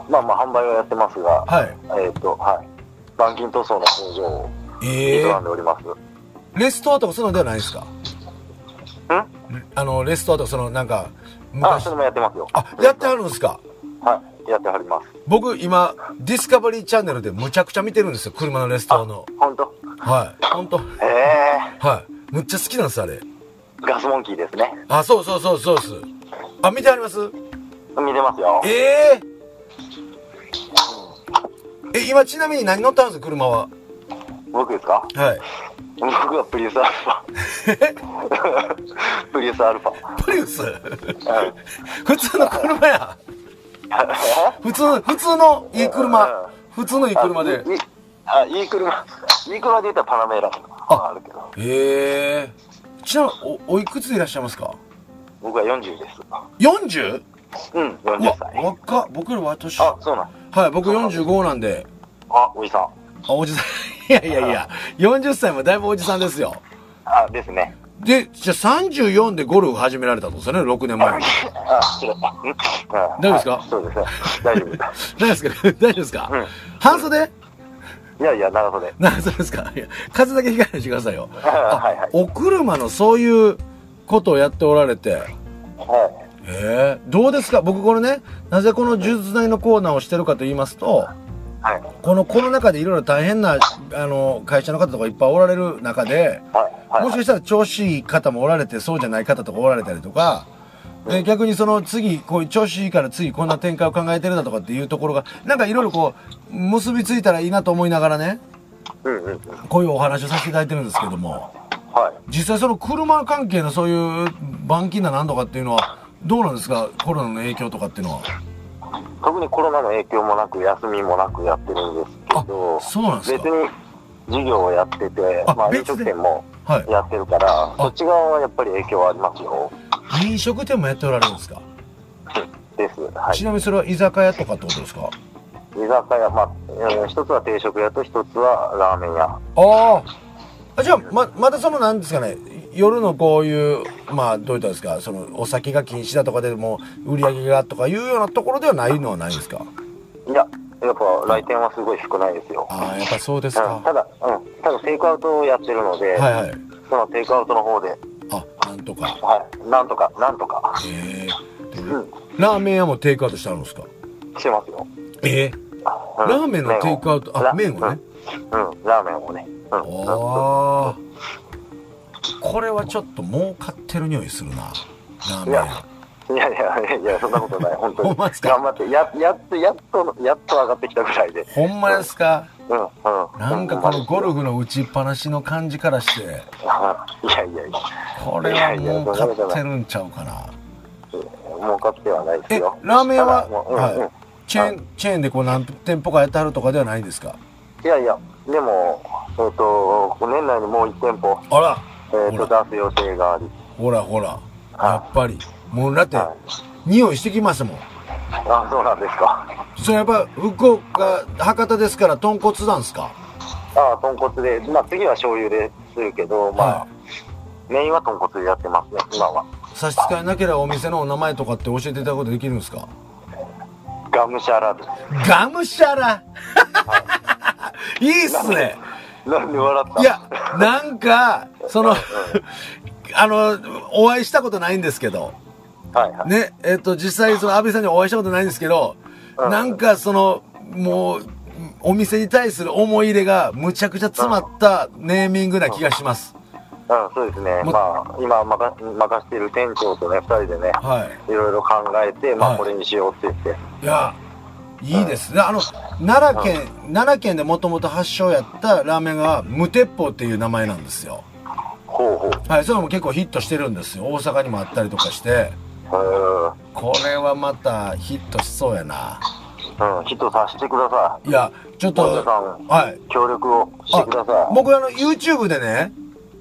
[SPEAKER 4] まあまあ、販売はやってますが、
[SPEAKER 1] はい
[SPEAKER 4] えっと、はい。板金塗装の工場を
[SPEAKER 1] ええ
[SPEAKER 4] 営んでおります。
[SPEAKER 1] レストアとかそういうのではないですか
[SPEAKER 4] ん
[SPEAKER 1] あのレストアとかそのなんか
[SPEAKER 4] あ、
[SPEAKER 1] 昔
[SPEAKER 4] それもやってますよ。
[SPEAKER 1] あやってあるんですか
[SPEAKER 4] はい、やってはります。
[SPEAKER 1] 僕今ディスカバリーチャンネルでむちゃくちゃ見てるんですよ車のレストアの
[SPEAKER 4] 本当。
[SPEAKER 1] はい本当
[SPEAKER 4] ええ
[SPEAKER 1] はいむっちゃ好きなんですあれ
[SPEAKER 4] ー、ガスモンキーですね。
[SPEAKER 1] あそうそうそうそうですあ見てあります
[SPEAKER 4] 見てますよ。
[SPEAKER 1] えええ今ちなみに何乗ったんですか車は
[SPEAKER 4] 僕ですか
[SPEAKER 1] はい
[SPEAKER 4] 僕はプリウスアルフ ァ。プリウスアルファ。
[SPEAKER 1] プリウス普通の車や普通普通のいい車普通のいい車で
[SPEAKER 4] いいあ、いい車。 いい車で言ったらパナメーラとかあるけど。
[SPEAKER 1] ええちなみにおおいくつでいらっしゃいますか
[SPEAKER 4] 僕は40です。
[SPEAKER 1] 40?
[SPEAKER 4] うん、
[SPEAKER 1] うわ
[SPEAKER 4] 40歳。
[SPEAKER 1] 若っ僕より私
[SPEAKER 4] あ
[SPEAKER 1] は、
[SPEAKER 4] そうなん。
[SPEAKER 1] い僕45なんで
[SPEAKER 4] あ、おじさん。
[SPEAKER 1] あおじさん いやいやいや40歳もだいぶおじさんですよ
[SPEAKER 4] あ、ですね。
[SPEAKER 1] でじゃあ34でゴルフ始められたってことですよね6年前に
[SPEAKER 4] あ、違った。うん
[SPEAKER 1] 大丈夫ですか
[SPEAKER 4] はいそうですね。大丈夫。
[SPEAKER 1] 大丈夫ですか大丈夫ですか、
[SPEAKER 4] うん
[SPEAKER 1] 半袖
[SPEAKER 4] いやいや、長袖。
[SPEAKER 1] なそうですかいや風だけ控えにしてくださいよ
[SPEAKER 4] はいはい。
[SPEAKER 1] お車のそういうことをやっておられて
[SPEAKER 4] は
[SPEAKER 1] ええどうですか僕これねなぜこの呪術内のコーナーをしてるかと言いますと
[SPEAKER 4] い。はい。
[SPEAKER 1] このコロナ禍でいろいろ大変なあの会社の方とかいっぱいおられる中で
[SPEAKER 4] はい。
[SPEAKER 1] もしかしたら調子いい方もおられてそうじゃない方とかおられたりとかで逆にその次こういう調子いいから次こんな展開を考えてるだとかっていうところがなんかいろいろこう結びついたらいいなと思いながらね
[SPEAKER 4] うんうんうん。
[SPEAKER 1] こういうお話をさせていただいてるんですけども
[SPEAKER 4] はい。
[SPEAKER 1] 実際その車関係のそういう板金だなんとかっていうのはどうなんですかコロナの影響とかっていうのは
[SPEAKER 4] 特にコロナの影響もなく、休みもなくやってるんですけど
[SPEAKER 1] あ、そうなんですか
[SPEAKER 4] 別に授業をやってて、
[SPEAKER 1] あ
[SPEAKER 4] まあ、飲
[SPEAKER 1] 別で
[SPEAKER 4] 食店も
[SPEAKER 1] はい
[SPEAKER 4] やってるから、そっち側はやっぱり影響はありますよ。
[SPEAKER 1] 飲食店もやっておられるんですか
[SPEAKER 4] です。はい。
[SPEAKER 1] ちなみにそれは居酒屋とかってことですか
[SPEAKER 4] 居酒屋、まあ、えー一つは定食屋と一つはラーメン屋。
[SPEAKER 1] ああじゃあままたそのなんですかね夜のこういうまあどういったんですかそのお酒が禁止だとかでも売り上げがとかいうようなところではないのはないんですか
[SPEAKER 4] いや、やっぱ来店はすごい少ないですよ。
[SPEAKER 1] ああやっぱそうです
[SPEAKER 4] うん、た
[SPEAKER 1] か
[SPEAKER 4] だ、うん、ただテイクアウトをやってるので、
[SPEAKER 1] はいはい
[SPEAKER 4] そのテイクアウトの方で、
[SPEAKER 1] あなんとか
[SPEAKER 4] はい、なんとか、なんとか、
[SPEAKER 1] ええ
[SPEAKER 4] うん、
[SPEAKER 1] ラーメン屋もテイクアウトしてあるんですか
[SPEAKER 4] してますよ。
[SPEAKER 1] ええ
[SPEAKER 4] うん
[SPEAKER 1] ラーメンのテイクアウトあ
[SPEAKER 4] ラ
[SPEAKER 1] 麺をね
[SPEAKER 4] うん、うんラーメンをね。うん、
[SPEAKER 1] ああこれはちょっと儲かってる匂いするなラーメン
[SPEAKER 4] い
[SPEAKER 1] 屋
[SPEAKER 4] いやいやいや、そんなこと ない、本当
[SPEAKER 1] ほ
[SPEAKER 4] に。
[SPEAKER 1] んまっすか
[SPEAKER 4] 頑張って、や、やっと、やっと、やっと上がってきたぐらいで。
[SPEAKER 1] ほんまですか
[SPEAKER 4] うん、うん。
[SPEAKER 1] なんかこのゴルフの打ちっぱなしの感じからして
[SPEAKER 4] うん いやいやいや、
[SPEAKER 1] これはもう買ってるんちゃうかな
[SPEAKER 4] 儲かってはないで
[SPEAKER 1] え
[SPEAKER 4] すよ。
[SPEAKER 1] ラーメン屋は、
[SPEAKER 4] ただもううんう
[SPEAKER 1] は
[SPEAKER 4] ん
[SPEAKER 1] い、チェーンチェーンでこう何店舗かやってあるとかではないんですか
[SPEAKER 4] いやいや、でも、えっ、と、年内にもう1店舗、
[SPEAKER 1] あら
[SPEAKER 4] えっ、と、
[SPEAKER 1] ほら
[SPEAKER 4] 出す予定があり。
[SPEAKER 1] ほらほらや
[SPEAKER 4] は
[SPEAKER 1] っぱりもうだって
[SPEAKER 4] は
[SPEAKER 1] 匂いしてきますもん
[SPEAKER 4] あ、そうなんですか。
[SPEAKER 1] それやっぱ福岡博多ですから豚骨なんですか
[SPEAKER 4] あ、豚骨で、まあ、次は醤油でするけど、まあ、
[SPEAKER 1] は
[SPEAKER 4] メインは豚骨でやってますね、今は。
[SPEAKER 1] 差し支えなければお店のお名前とかって教えていただくことできるんですか
[SPEAKER 4] ガムシャラです。
[SPEAKER 1] ガムシャラいいっすね
[SPEAKER 4] なんで笑った
[SPEAKER 1] いや、なんか、その、あの、お会いしたことないんですけど、
[SPEAKER 4] はいはい。
[SPEAKER 1] ね、えっ、と、実際、その、安倍さんにお会いしたことないんですけど、
[SPEAKER 4] うん
[SPEAKER 1] なんか、その、もう、お店に対する思い入れが、むちゃくちゃ詰まったネーミングな気がします。
[SPEAKER 4] うん、そうですね。
[SPEAKER 1] も
[SPEAKER 4] まあ、今任、任している店長とね、二人でね、
[SPEAKER 1] はい
[SPEAKER 4] ろいろ考えて、ま
[SPEAKER 1] は
[SPEAKER 4] あ、
[SPEAKER 1] い
[SPEAKER 4] これにしようって言って。
[SPEAKER 1] い。いや、いいですね。あの、奈良県、奈良県でもともと発祥やったラーメンが、無鉄砲っていう名前なんですよ。
[SPEAKER 4] ほうほう。
[SPEAKER 1] はい、それも結構ヒットしてるんですよ。大阪にもあったりとかして。
[SPEAKER 4] う
[SPEAKER 1] これはまたヒットしそうやな。
[SPEAKER 4] ん、うん、人さしてくださ
[SPEAKER 1] いや、ちょっと、
[SPEAKER 4] 本田さん
[SPEAKER 1] はい。
[SPEAKER 4] い。協力をしてください。
[SPEAKER 1] 僕あの、YouTube でね、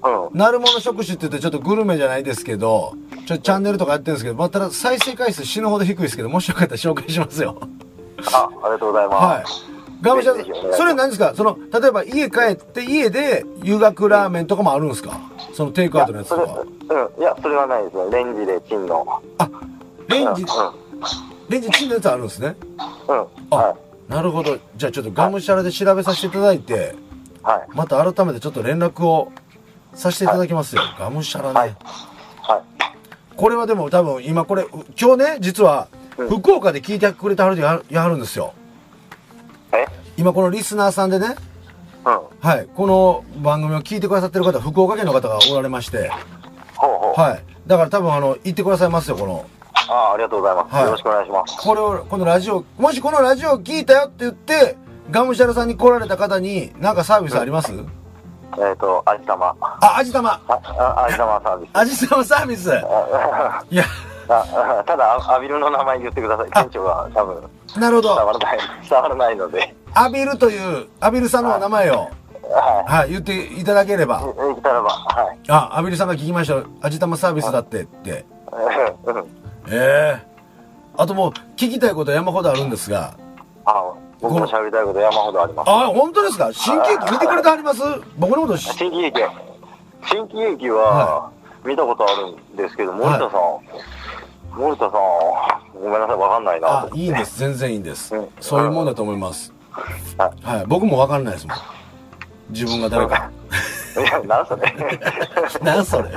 [SPEAKER 4] うん。うん。
[SPEAKER 1] なるもの食事って言ってちょっとグルメじゃないですけど、ちょ、チャンネルとかやってるんですけど、まあただ再生回数死ぬほど低いですけど、もしよかったら紹介しますよ。
[SPEAKER 4] あ、ありがとうございます。
[SPEAKER 1] はい。ガムシャ
[SPEAKER 4] ぜひぜひお願いします
[SPEAKER 1] それは何ですかその、例えば家帰って家で湯がくラーメンとかもあるんですかそのテイクアウトのやつ
[SPEAKER 4] そ
[SPEAKER 1] と
[SPEAKER 4] れ、
[SPEAKER 1] か。
[SPEAKER 4] うん、いや、それはないですね。レンジでチンの。
[SPEAKER 1] レンジ
[SPEAKER 4] う、ん、
[SPEAKER 1] レンジチンのやつあるんですね。
[SPEAKER 4] うん、
[SPEAKER 1] あ
[SPEAKER 4] はい。
[SPEAKER 1] なるほどじゃあちょっとがむしゃらで調べさせていただいて
[SPEAKER 4] はい。
[SPEAKER 1] また改めてちょっと連絡をさせていただきますよがむしゃらね、
[SPEAKER 4] はい。はい。
[SPEAKER 1] これはでも多分今これう今日ね実は
[SPEAKER 4] うん
[SPEAKER 1] 福岡で聞いてくれてはるややはるんですよ
[SPEAKER 4] え
[SPEAKER 1] 今このリスナーさんでね
[SPEAKER 4] うん。
[SPEAKER 1] はいこの番組を聞いてくださってる方福岡県の方がおられまして
[SPEAKER 4] ほうほう。
[SPEAKER 1] はいだから多分あの行ってくださいますよこの
[SPEAKER 4] ああ、ありがとうございます。
[SPEAKER 1] はい
[SPEAKER 4] よろしくお願いします。
[SPEAKER 1] これをこのラジオもしこのラジオを聞いたよって言ってがむしゃらさんに来られた方に何かサービスあります
[SPEAKER 4] えっ、と、味玉。あ、
[SPEAKER 1] あ味玉
[SPEAKER 4] あ味玉サービス。
[SPEAKER 1] 味玉サービス
[SPEAKER 4] あ
[SPEAKER 1] いや
[SPEAKER 4] あただ、あアビルの名前言ってください。店長は多分、
[SPEAKER 1] なるほ
[SPEAKER 4] 伝わ
[SPEAKER 1] ど
[SPEAKER 4] らない、伝わらないので。
[SPEAKER 1] アビルというアビルさんのお名前を
[SPEAKER 4] は
[SPEAKER 1] はい言っていただければ
[SPEAKER 4] い。できたらば、はい。
[SPEAKER 1] あ、アビルさんが聞きました。味玉サービスだってって。
[SPEAKER 4] うん
[SPEAKER 1] ええあともう、聞きたいこと山ほどあるんですが。
[SPEAKER 4] あ僕も喋りたいこと山ほどあります。
[SPEAKER 1] あ、本当ですか新喜劇見てくれてはります僕のことし、
[SPEAKER 4] 新喜劇。新喜劇は、見たことあるんですけど、森田さん、森田さん、ごめんなさい、わかんないなと
[SPEAKER 1] あ
[SPEAKER 4] 思っ、て。
[SPEAKER 1] いいんです。全然いいんです
[SPEAKER 4] うん。
[SPEAKER 1] そういうもんだと思います。
[SPEAKER 4] は
[SPEAKER 1] はい、僕もわかんないですもん。自分が誰 か。
[SPEAKER 4] いや、なんそれ。
[SPEAKER 1] なんそ れ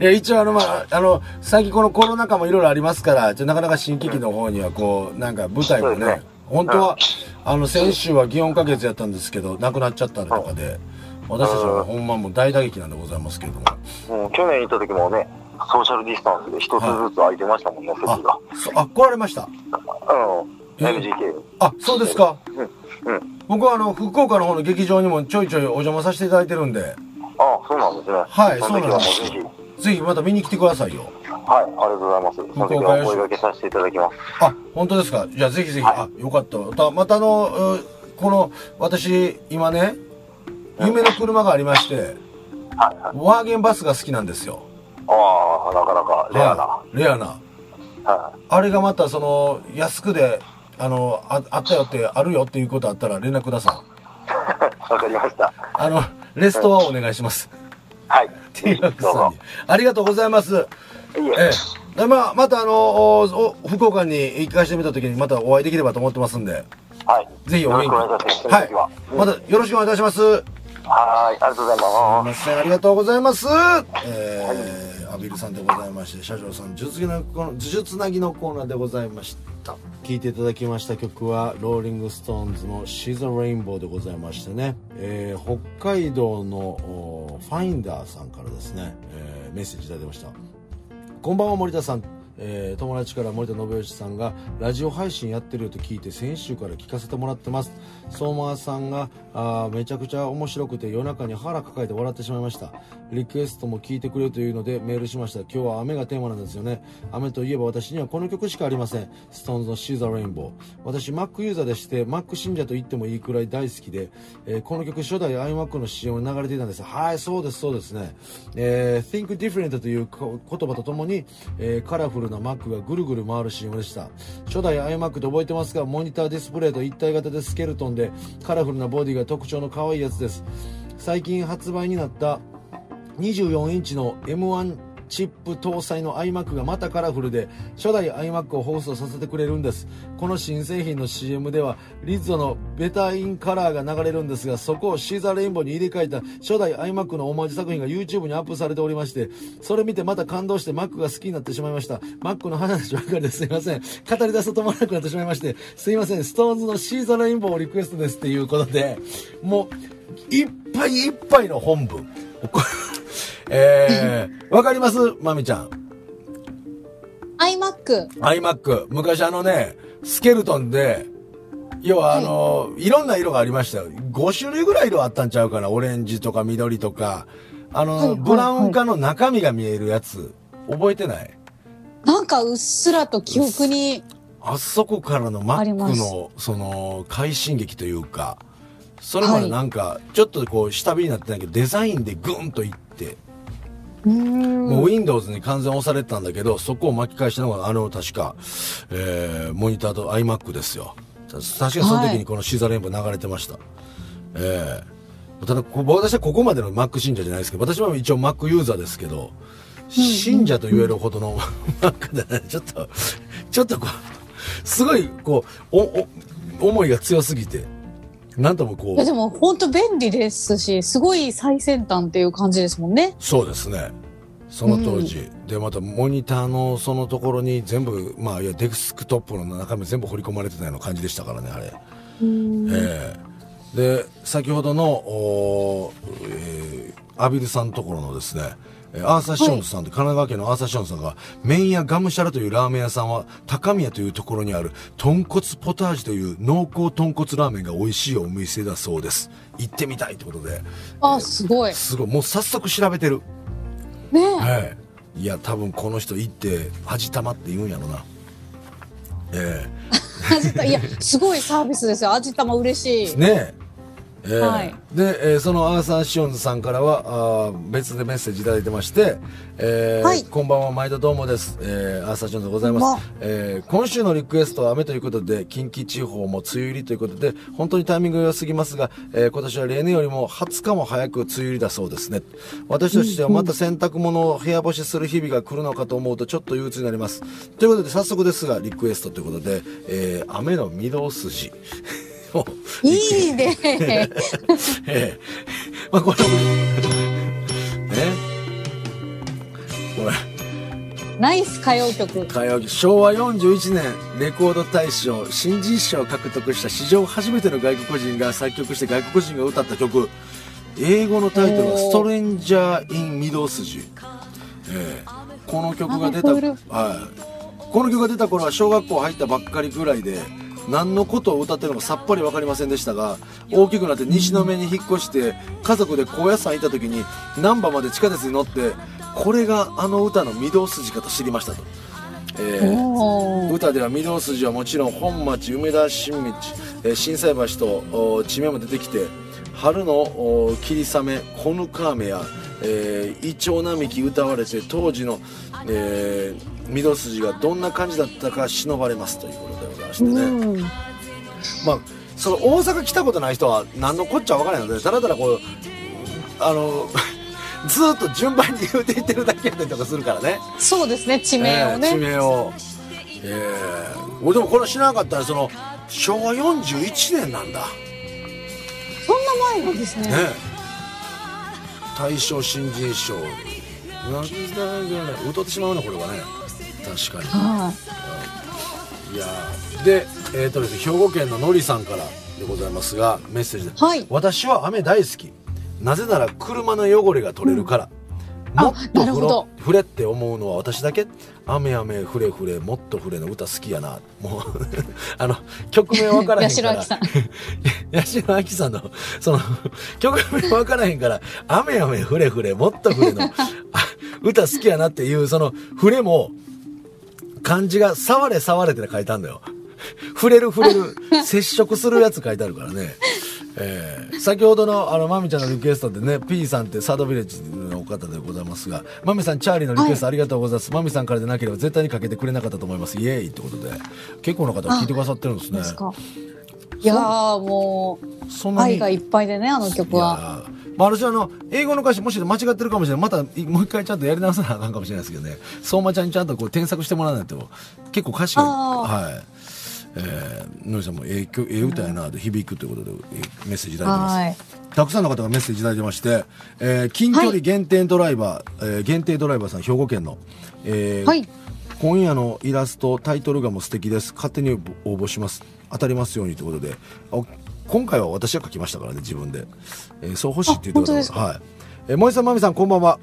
[SPEAKER 1] いや一応あのまああの最近このコロナ禍もいろいろありますからちょなかなか新喜劇の方にはこうなんか舞台も
[SPEAKER 4] そうです
[SPEAKER 1] ね
[SPEAKER 4] ね
[SPEAKER 1] 本当はあの先週は祇園花月やったんですけどなくなっちゃったりとかで私たちはほんまもう大打撃なんでございますけれども
[SPEAKER 4] うん去年行った時 もね、ソーシャルディスタンスで一つずつ空いてましたもんね、席
[SPEAKER 1] あ
[SPEAKER 4] が。
[SPEAKER 1] そあ来られました
[SPEAKER 4] うん。
[SPEAKER 1] え
[SPEAKER 4] LGK。
[SPEAKER 1] あそうですか
[SPEAKER 4] うん。うん。
[SPEAKER 1] 僕はあの福岡の方の劇場にもちょいちょいお邪魔させていただいてるんで
[SPEAKER 4] あそうなんですね。
[SPEAKER 1] はい
[SPEAKER 4] その時はもうぜ
[SPEAKER 1] そう
[SPEAKER 4] ひ、はい、
[SPEAKER 1] ぜひまた見に来てくださいよ
[SPEAKER 4] ありがとうございます。その時はお声掛けさせていただきます。
[SPEAKER 1] あ、本当ですか。じゃあぜひぜひ、あ、よかった。たまたあの、うこの、私、今ね、夢の車がありまして、
[SPEAKER 4] はいはい。
[SPEAKER 1] ワーゲンバスが好きなんですよ。
[SPEAKER 4] ああ、なかなかレアな。
[SPEAKER 1] はいレアな。
[SPEAKER 4] は
[SPEAKER 1] あれがまた、その、安くで、あの、ああったよって、あるよっていうことあったら連絡ください。
[SPEAKER 4] い。 わかりました。
[SPEAKER 1] あの、レストアをお願いします。
[SPEAKER 4] はい。
[SPEAKER 1] ティーラク
[SPEAKER 4] どう
[SPEAKER 1] さん
[SPEAKER 4] ぞ
[SPEAKER 1] に。。ありがとうございます。
[SPEAKER 4] いえ
[SPEAKER 1] ええ。でまあ、またあの、おお福岡に行かしてみたときにまたお会いできればと思ってますんで、
[SPEAKER 4] はい。
[SPEAKER 1] ぜひお
[SPEAKER 4] よろ
[SPEAKER 1] 元気
[SPEAKER 4] し
[SPEAKER 1] に。
[SPEAKER 4] くお願いします。その時は。
[SPEAKER 1] は
[SPEAKER 4] う
[SPEAKER 1] い。
[SPEAKER 4] ん
[SPEAKER 1] またよろしくお願いいたします。
[SPEAKER 4] はーい。ありがとうございます
[SPEAKER 1] すい。ませんありがとうございます。えー、アビルさんでございまして、社長さん、呪術なぎの、呪術なぎのコーナーでございました。聞いていただきました曲は、ローリングストーンズのシーズンレインボーでございましてね、えー北海道のおファインダーさんからですね、えーメッセージいただきました。こんばんは森田さん、えー友達から森田信義さんがラジオ配信やってるよと聞いて先週から聞かせてもらってます相馬さんがあーめちゃくちゃ面白くて夜中に腹抱えて笑ってしまいましたリクエストも聞いてくれるというのでメールしました今日は雨がテーマなんですよね雨といえば私にはこの曲しかありません SixTONES の「シーザーレインボー私 Mac ユーザーでして Mac 信者と言ってもいいくらい大好きで、えーこの曲初代 iMac の CM に流れていたんですはいそうですそうですね、えー Think Different というこ言葉とともに、えーカラフルな Mac がぐるぐる回る CM でした初代 iMac って覚えてますかモニターディスプレイと一体型でスケルトンでカラフルなボディが特徴の可愛いやつです最近発売になった24インチの M1 チップ搭載の iMac がまたカラフルで初代 iMac を放送させてくれるんですこの新製品の CM ではリッゾのベタインカラーが流れるんですがそこをシーザーレインボーに入れ替えた初代 iMac のオマージュ作品が YouTube にアップされておりましてそれ見てまた感動して Mac が好きになってしまいました Mac の話ばかりですいません語り出すと止まらなくなってしまいましてすいません SixTONES のシーザーレインボーをリクエストですっていうことでもういっぱいいっぱいの本文 こえー、わかりますまみちゃん。
[SPEAKER 2] アイマック。
[SPEAKER 5] iMac。昔あのね、スケルトンで、要はあの、い、ろんな色がありましたよ。5種類ぐらい色あったんちゃうかな。オレンジとか緑とか。あの、
[SPEAKER 2] はいはい
[SPEAKER 5] ブラウン化の中身が見えるやつ。覚えてない
[SPEAKER 2] なんかうっすらと記憶に。
[SPEAKER 5] あそこからのマ
[SPEAKER 2] ありま
[SPEAKER 5] ック
[SPEAKER 2] す
[SPEAKER 5] の、その、快進撃というか、それまでなんか、ちょっとこう、下火になってないけど、デザインでグンといって、
[SPEAKER 2] うーん。
[SPEAKER 5] もう Windows に完全押されてたんだけど、そこを巻き返したのが、あの、確か、えー、モニターと iMac ですよ。た確かその時にこのシーザーレインボー流れてました。えーただ、こ私はここまでの Mac 信者じゃないですけど、私は一応 Mac ユーザーですけど、信者と言えるほどの Mac で、ね、ちょっと、ちょっとこう、すごい、こう、お、お、
[SPEAKER 1] 思いが強すぎて、なんともこ
[SPEAKER 2] いや
[SPEAKER 1] う、
[SPEAKER 2] でも本当便利ですし、すごい最先端っていう感じですもんね。
[SPEAKER 1] そうですね。その当時、で、またモニターのそのところに全部、まあ、いや、デスクトップの中身全部彫り込まれてたような感じでしたからね、あれ。ええで、先ほどの、おーえーアビルさんのところのですね、えーアーサー・ショーンズさんと、神奈川県のアーサー・ショーンズさんが、麺屋ガムシャラというラーメン屋さんは、高宮というところにある、豚骨ポタージュという濃厚豚骨ラーメンが美味しいお店だそうです。行ってみたいってことで、
[SPEAKER 2] あ、すごい。
[SPEAKER 1] すごい、もう早速調べてる。
[SPEAKER 2] ねえ。
[SPEAKER 1] はい、いや多分この人行って恥たまって言うんやろなえ
[SPEAKER 2] 味玉いや、すごいサービスですよ。味玉嬉し
[SPEAKER 1] え
[SPEAKER 2] い。
[SPEAKER 1] ねえええ
[SPEAKER 2] はい
[SPEAKER 1] で、えーそのアーサー・シオンズさんからはあー別でメッセージいただいてまして、えー
[SPEAKER 2] はい
[SPEAKER 1] こんばんは毎度どうもです、えーアーサー・シオンズでござい
[SPEAKER 2] こんばん
[SPEAKER 1] ま
[SPEAKER 2] は
[SPEAKER 1] す、えー今週のリクエストは雨ということで近畿地方も梅雨入りということで本当にタイミングが良すぎますが、えー今年は例年よりも20日も早く梅雨入りだそうですね私としてはまた洗濯物を部屋干しする日々が来るのかと思うとちょっと憂鬱になりますということで早速ですがリクエストということで、えー雨の御堂筋 を
[SPEAKER 2] いいね。
[SPEAKER 1] ええ まあこれ もね これ
[SPEAKER 2] ナイス歌謡曲。
[SPEAKER 1] 歌謡曲昭和41年レコード大賞新人賞を獲得した史上初めての外国人が作曲して外国人が歌った曲英語のタイトルは「
[SPEAKER 2] おー
[SPEAKER 1] ストレンジャー・イン・ミドル筋」ええこの曲が出た
[SPEAKER 2] あ古い
[SPEAKER 1] はいこの曲が出た頃は小学校入ったばっかりぐらいで何のことを歌ってるのかさっぱり分かりませんでしたが大きくなって西の目に引っ越して家族で高野山行った時に難波まで地下鉄に乗ってこれがあの歌の御堂筋かと知りましたと。ええ
[SPEAKER 2] おー
[SPEAKER 1] 歌では御堂筋はもちろん本町梅田新道、えー心斎橋とおー地名も出てきて春のおー霧雨小ぬか雨や、えー、イチョウ並木歌われて当時の、えー、御堂筋がどんな感じだったか忍ばれますということでございましてね、
[SPEAKER 2] うん。
[SPEAKER 1] まあその大阪来たことない人は何のこっちゃ分からないのでただただこうあの ずーっと順番に言うていってるだけやったりとかするからね
[SPEAKER 2] そうですね、地名を
[SPEAKER 1] ええ
[SPEAKER 2] ね。
[SPEAKER 1] 地名をええ俺でもこれ知らなかったらその昭和41年なんだ
[SPEAKER 2] そんな前なんですね
[SPEAKER 1] ね。え大正新人賞なんだかね歌ってしまうなこれはね確か
[SPEAKER 2] はい。
[SPEAKER 1] にいやーでえっ、とですね兵庫県ののりさんからでございますがメッセージで、
[SPEAKER 2] はい
[SPEAKER 1] 私は雨大好きなぜなら車の汚れが取れるから、もっと
[SPEAKER 2] あなる
[SPEAKER 1] ふ
[SPEAKER 2] ほ
[SPEAKER 1] ろ
[SPEAKER 2] ど
[SPEAKER 1] 触れって思うのは私だけ雨雨ふれふれもっとふれの歌好きやなもう あの曲名わからへんから
[SPEAKER 2] 八代亜紀さん
[SPEAKER 1] 八代亜紀さんのその曲名わからへんから雨雨ふれふれもっとふれのあ歌好きやなっていうそのふれも漢字が触れ触れって書いたんだよ触れる触れる接触するやつ書いてあるからね、えー先ほどのあのまみちゃんのリクエストでね P さんってサードビレッジの方でございますがまみさんチャーリーのリクエストありがとうございます、まみさんからでなければ絶対にかけてくれなかったと思いますイエーイってことで結構の方が聞いてくださってるんですね
[SPEAKER 2] ですか。いやーも
[SPEAKER 1] そん
[SPEAKER 2] う
[SPEAKER 1] なに
[SPEAKER 2] 愛がいっぱいでねあの曲は。
[SPEAKER 1] いやーまあ、私はあの英語の歌詞もし間違ってるかもしれないまたいもう一回ちゃんとやり直さなあかんかもしれないですけどね相馬ちゃんにちゃんとこう添削してもらわないと結構歌詞が
[SPEAKER 2] あ
[SPEAKER 1] はいえー、のりさんもええ曲ええ歌やなで響くということで、えーメッセージいただいてます、
[SPEAKER 2] はい
[SPEAKER 1] たくさんの方がメッセージいただいてまして、えー近距
[SPEAKER 2] は
[SPEAKER 1] 離
[SPEAKER 2] い
[SPEAKER 1] 限定ドライバー、えー限定ドライバーさん兵庫県の、えー
[SPEAKER 2] はい
[SPEAKER 1] 今夜のイラストタイトルがもう素敵です勝手に応募します当たりますようにということであ今回は私が書きましたからね自分で、えーそう欲しいって言って
[SPEAKER 2] あ本当
[SPEAKER 1] ま
[SPEAKER 2] で
[SPEAKER 1] し
[SPEAKER 2] す
[SPEAKER 1] た
[SPEAKER 2] か
[SPEAKER 1] はい、えー、萌さんまみさんこんばんは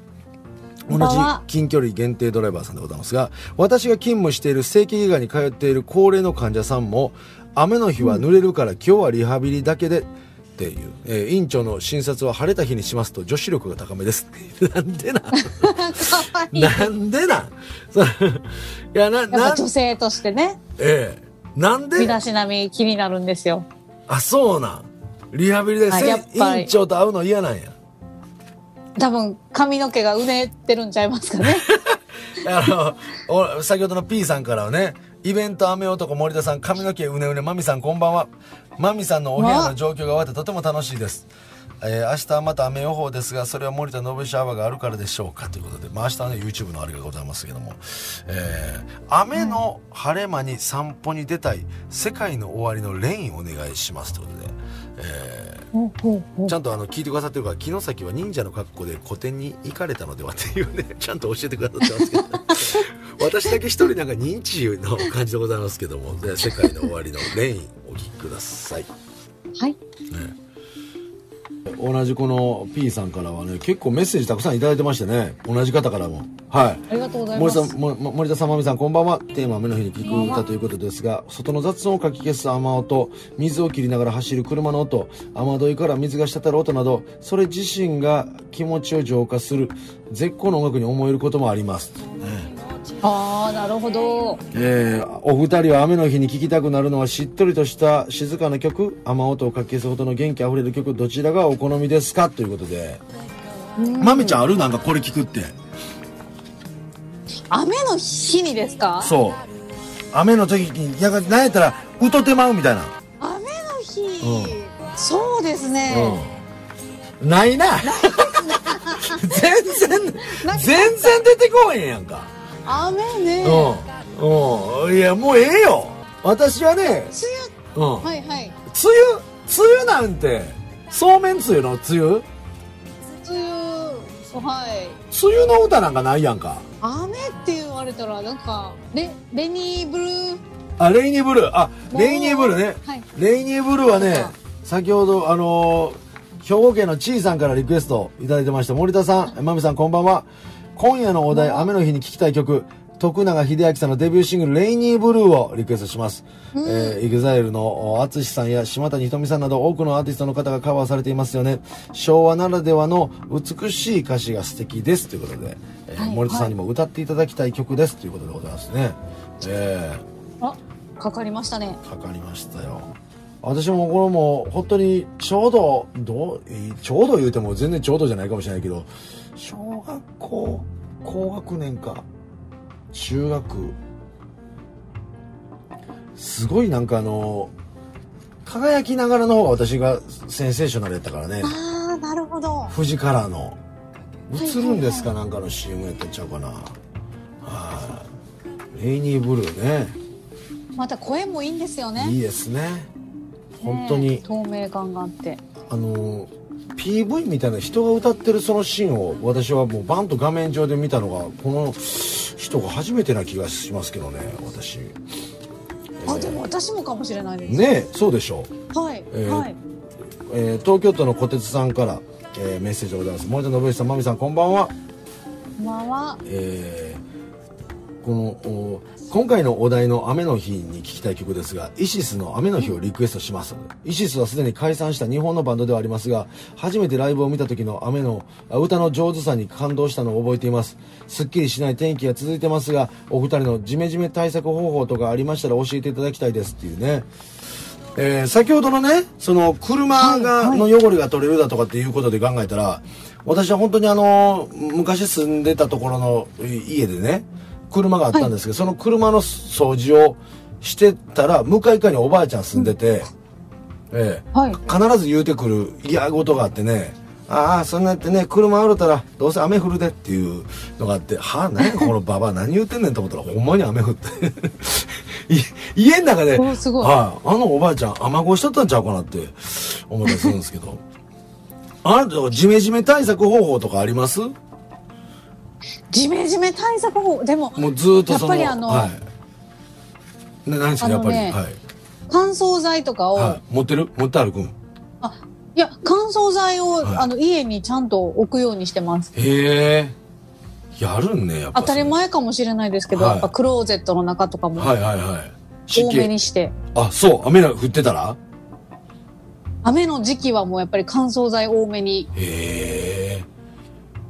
[SPEAKER 1] 同
[SPEAKER 2] んばん
[SPEAKER 1] じ
[SPEAKER 2] は
[SPEAKER 1] 近距離限定ドライバーさんでございますが私が勤務している整形外科に通っている高齢の患者さんも雨の日は濡れるから今日はリハビリだけで、っていう、えー院長の診察は晴れた日にしますと女子力が高めです なんでなん
[SPEAKER 2] 可愛い。や
[SPEAKER 1] なんでなんそのいやな
[SPEAKER 2] っ
[SPEAKER 1] な
[SPEAKER 2] ぱ
[SPEAKER 1] ん
[SPEAKER 2] 女性としてね
[SPEAKER 1] ええなん
[SPEAKER 2] 身
[SPEAKER 1] で
[SPEAKER 2] だしなみ気になるんですよ。
[SPEAKER 1] あそうなんリハビリで、
[SPEAKER 2] はい
[SPEAKER 1] せ
[SPEAKER 2] やっぱり
[SPEAKER 1] 院長と会うの嫌なんや
[SPEAKER 2] 多分髪の毛がうねってるんちゃいますかね。
[SPEAKER 1] あのお先ほどの P さんからはねイベント雨男森田さん髪の毛うねうねまみさんこんばんはまみさんのお部屋の状況が終わってとても楽しいですえー明日はまた雨予報ですがそれは森田信シャワーがあるからでしょうかということで、まあ、明日はね YouTube のあれがございますけども、えー雨の晴れ間に散歩に出たい世界の終わりのレインお願いしますということで、えー
[SPEAKER 2] ほうほうほう
[SPEAKER 1] ちゃんとあの聞いてくださってるから城崎は忍者の格好で古典に行かれたのではっていうね ちゃんと教えてくださってますけど 私だけ一人なんか認知の感じでございますけどもで世界の終わりのレインお聞きください。
[SPEAKER 2] はい。
[SPEAKER 1] 同じこの P さんからはね結構メッセージたくさんいただいてましてね同じ方からもはい
[SPEAKER 2] ありがとうございま
[SPEAKER 1] 森
[SPEAKER 2] す
[SPEAKER 1] さんもも森田さんまみさんこんばんはテーマは雨の日に聞く歌ということですが外の雑音をかき消す雨音水を切りながら走る車の音雨どいから水が滴る音などそれ自身が気持ちを浄化する絶好の音楽に思えることもあります
[SPEAKER 2] ああ、なるほど。
[SPEAKER 1] えーお二人は雨の日に聴きたくなるのはしっとりとした静かな曲雨音をかき消すほどの元気あふれる曲どちらがお好みですかということでまみちゃんあるなんかこれ聞くって
[SPEAKER 2] 雨の日にですか
[SPEAKER 1] そう
[SPEAKER 6] 雨の時にやがなんやったらうとてまうみたいな
[SPEAKER 2] 雨の日、そうですね。
[SPEAKER 1] うんないな全然
[SPEAKER 2] なんか
[SPEAKER 1] 全然出てこへんやんか
[SPEAKER 2] 雨ね。
[SPEAKER 1] うんうんいやもうええよ私はね
[SPEAKER 2] 梅
[SPEAKER 1] うん梅
[SPEAKER 2] 雨。はいはい。
[SPEAKER 1] 雨梅雨なんてそうめん梅雨の梅雨
[SPEAKER 2] 梅雨、はい。
[SPEAKER 1] 梅雨の歌なんかないやんか
[SPEAKER 2] 雨って言われたら、なんか、レ、レニーブルー。
[SPEAKER 1] あレイニーブルーあレイニーブルーね、
[SPEAKER 2] はい
[SPEAKER 1] レイニーブルーはね先ほどあのー兵庫県のちいさんからリクエストいただいてました森田さんまみさんこんばんは今夜のお題雨の日に聴きたい曲徳永英明さんのデビューシングル「レイニーブルー」をリクエストします、えー、EXILE の淳さんや島谷ひとみさんなど多くのアーティストの方がカバーされていますよね昭和ならではの美しい歌詞が素敵ですということで、えー
[SPEAKER 2] はい
[SPEAKER 1] 森田さんにも歌っていただきたい曲ですということでございますね、えー
[SPEAKER 2] あ、かかりましたね。
[SPEAKER 1] かかりましたよ私もこれも本当にちょうどどうえーちょうど言うても全然ちょうどじゃないかもしれないけど小学校高学年か中学すごいなんかあの輝きながらの方が私がセンセーショナルやったからね
[SPEAKER 2] ああ、なるほど。
[SPEAKER 1] 富士カラーの映るんですかなんかの CM やったんちゃうかなはいレイニーブルーね
[SPEAKER 2] また声もいいんですよね。
[SPEAKER 1] いいですね本当
[SPEAKER 2] ね
[SPEAKER 1] に
[SPEAKER 2] 透明感があって。
[SPEAKER 1] あの PV みたいな人が歌ってるそのシーンを私はもうバンと画面上で見たのがこの人が初めてな気がしますけどね私
[SPEAKER 2] あ、でも私もかもしれないです。
[SPEAKER 1] ねえそうでしょう
[SPEAKER 2] はい、
[SPEAKER 1] えー
[SPEAKER 2] はい。
[SPEAKER 1] えー東京都の小鉄さんから、えーメッセージでございます森田信之さんまみさんこんばんは
[SPEAKER 2] こんばんは。
[SPEAKER 1] えーこのお今回のお題の「雨の日」に聴きたい曲ですがイシスの「雨の日」をリクエストしますイシスはすでに解散した日本のバンドではありますが初めてライブを見た時の雨のあ歌の上手さに感動したのを覚えていますすっきりしない天気が続いてますがお二人のジメジメ対策方法とかありましたら教えていただきたいですっていうねえー先ほどのねその車がの汚れが取れるだとかっていうことで考えたら、私は本当にあの昔住んでたところのい家でね車があったんですけど、その車の掃除をしてたら向かい側におばあちゃん住んでて、ええ
[SPEAKER 2] はい
[SPEAKER 1] 必ず言うてくる嫌事があってねああそんなんやってね車あるたらどうせ雨降るでっていうのがあってはあ何やこのババア何言ってんねんと思ったらほんまに雨降って い家の中で
[SPEAKER 2] おすごい
[SPEAKER 1] はい、あのおばあちゃん雨乞いしとったんちゃうかなって思ったりするんですけど あなたジメジメ対策方法とかありますも
[SPEAKER 2] ジメジメ対策法でも
[SPEAKER 1] うずーっとその
[SPEAKER 2] やっぱりあの、
[SPEAKER 1] はい、な何ですか、
[SPEAKER 2] あ
[SPEAKER 1] やっ
[SPEAKER 2] の
[SPEAKER 1] ぱり、
[SPEAKER 2] ね
[SPEAKER 1] はい
[SPEAKER 2] 乾燥剤とかを、
[SPEAKER 1] はい、持ってる持って歩くん
[SPEAKER 2] あいや乾燥剤を、
[SPEAKER 1] い
[SPEAKER 2] あの家にちゃんと置くようにしてます
[SPEAKER 1] へえやるんねやっぱ
[SPEAKER 2] 当たり前かもしれないですけど、
[SPEAKER 1] はい
[SPEAKER 2] やっぱクローゼットの中とかも
[SPEAKER 1] はいはいはい
[SPEAKER 2] 多めにして、
[SPEAKER 1] あそう雨が降ってたら
[SPEAKER 2] 雨の時期はもうやっぱり乾燥剤多めに
[SPEAKER 1] へえ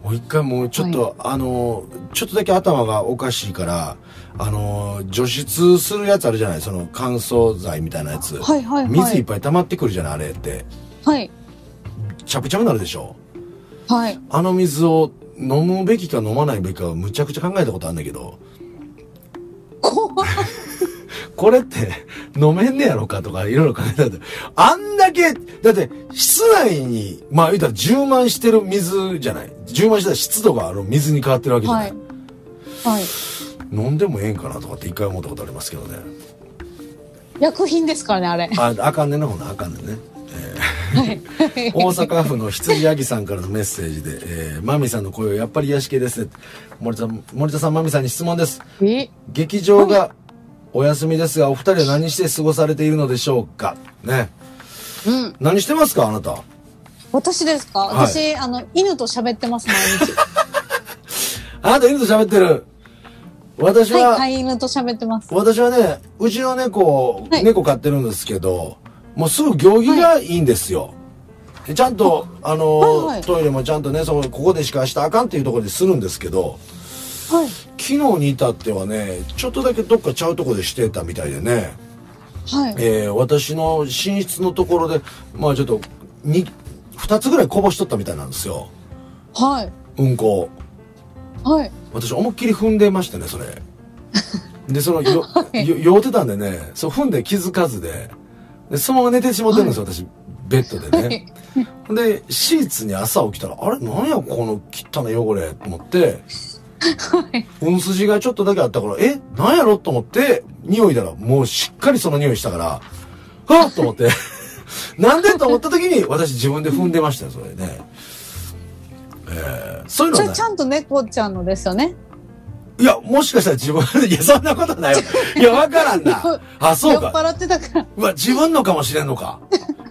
[SPEAKER 1] もう一回もうちょっと、あのちょっとだけ頭がおかしいからあの除湿するやつあるじゃないその乾燥剤みたいなやつ、
[SPEAKER 2] はいはいはい
[SPEAKER 1] 水いっぱい溜まってくるじゃないあれって
[SPEAKER 2] はい
[SPEAKER 1] ちゃぶちゃぶなるでしょ
[SPEAKER 2] はい
[SPEAKER 1] あの水を飲むべきか 飲まないべきかむちゃくちゃ考えたことあるんだけど
[SPEAKER 2] 怖い
[SPEAKER 1] これって飲めんねやろかとかいろいろ考えたって、あんだけ、だって室内に、まあ言うたら充満してる水じゃない。充満した湿度があの水に変わってるわけじゃな。
[SPEAKER 2] はいい。はい。
[SPEAKER 1] 飲んでもええんかなとかって一回思ったことありますけどね。
[SPEAKER 2] 薬品ですからね、あれ。
[SPEAKER 1] あ、あかんねんな、ほな、あかんねんね。
[SPEAKER 2] はい。
[SPEAKER 1] 大阪府の羊あぎさんからのメッセージで、えー、マミさんの声はやっぱり癒し系ですね。森田さん、森田さん、マミさんに質問です。
[SPEAKER 2] え
[SPEAKER 1] 劇場がお休みですが、お二人は何して過ごされているのでしょうかね。
[SPEAKER 2] うん。
[SPEAKER 1] 何してますかあなた。
[SPEAKER 2] 私ですか、
[SPEAKER 1] はい
[SPEAKER 2] 私、あの、犬と喋ってます、 毎日。
[SPEAKER 1] あなた犬と喋ってる。私は、
[SPEAKER 2] はい、飼い犬と喋ってます。
[SPEAKER 1] 私はね、うちの猫、
[SPEAKER 2] はい
[SPEAKER 1] 猫飼ってるんですけど、もうすぐ行儀がいいんですよ。でちゃんと、あのー
[SPEAKER 2] はいはい
[SPEAKER 1] トイレもちゃんとね、そのここでしかしたらあかんっていうところでするんですけど、
[SPEAKER 2] はい。
[SPEAKER 1] 昨日に至ってはね、ちょっとだけどっかちゃうとこでしてたみたいでね、
[SPEAKER 2] はい。
[SPEAKER 1] えー私の寝室のところで、まあちょっと、に、二つぐらいこぼしとったみたいなんですよ。
[SPEAKER 2] はい。
[SPEAKER 1] うんこ。
[SPEAKER 2] はい。
[SPEAKER 1] 私思いっきり踏んでましてね、それ。で、その、よ、よ、酔うてたんでね、そう踏んで気づかずで、で、そのまま寝てしまってるんですよ、私、ベッドでね。ほんで、シーツに朝起きたら、あれ、なんや、この汚い汚れ、と思って、うんすじがちょっとだけあったから、え、なんやろと思って、匂いだら、もうしっかりその匂いしたから、はっと思って、 なんでと思った時に、私自分で踏んでましたよ、それね。えー、そういうの
[SPEAKER 2] ち
[SPEAKER 1] は
[SPEAKER 2] ゃ
[SPEAKER 1] ない
[SPEAKER 2] ちゃんと猫ちゃんのですよね。
[SPEAKER 1] いや、もしかしたら自分 で、いや、そんなこと ないよ。いや、わからんな。あ、そう
[SPEAKER 2] 酔っ
[SPEAKER 1] か。
[SPEAKER 2] 払ってたから。
[SPEAKER 1] うわ、自分のかもしれんのか。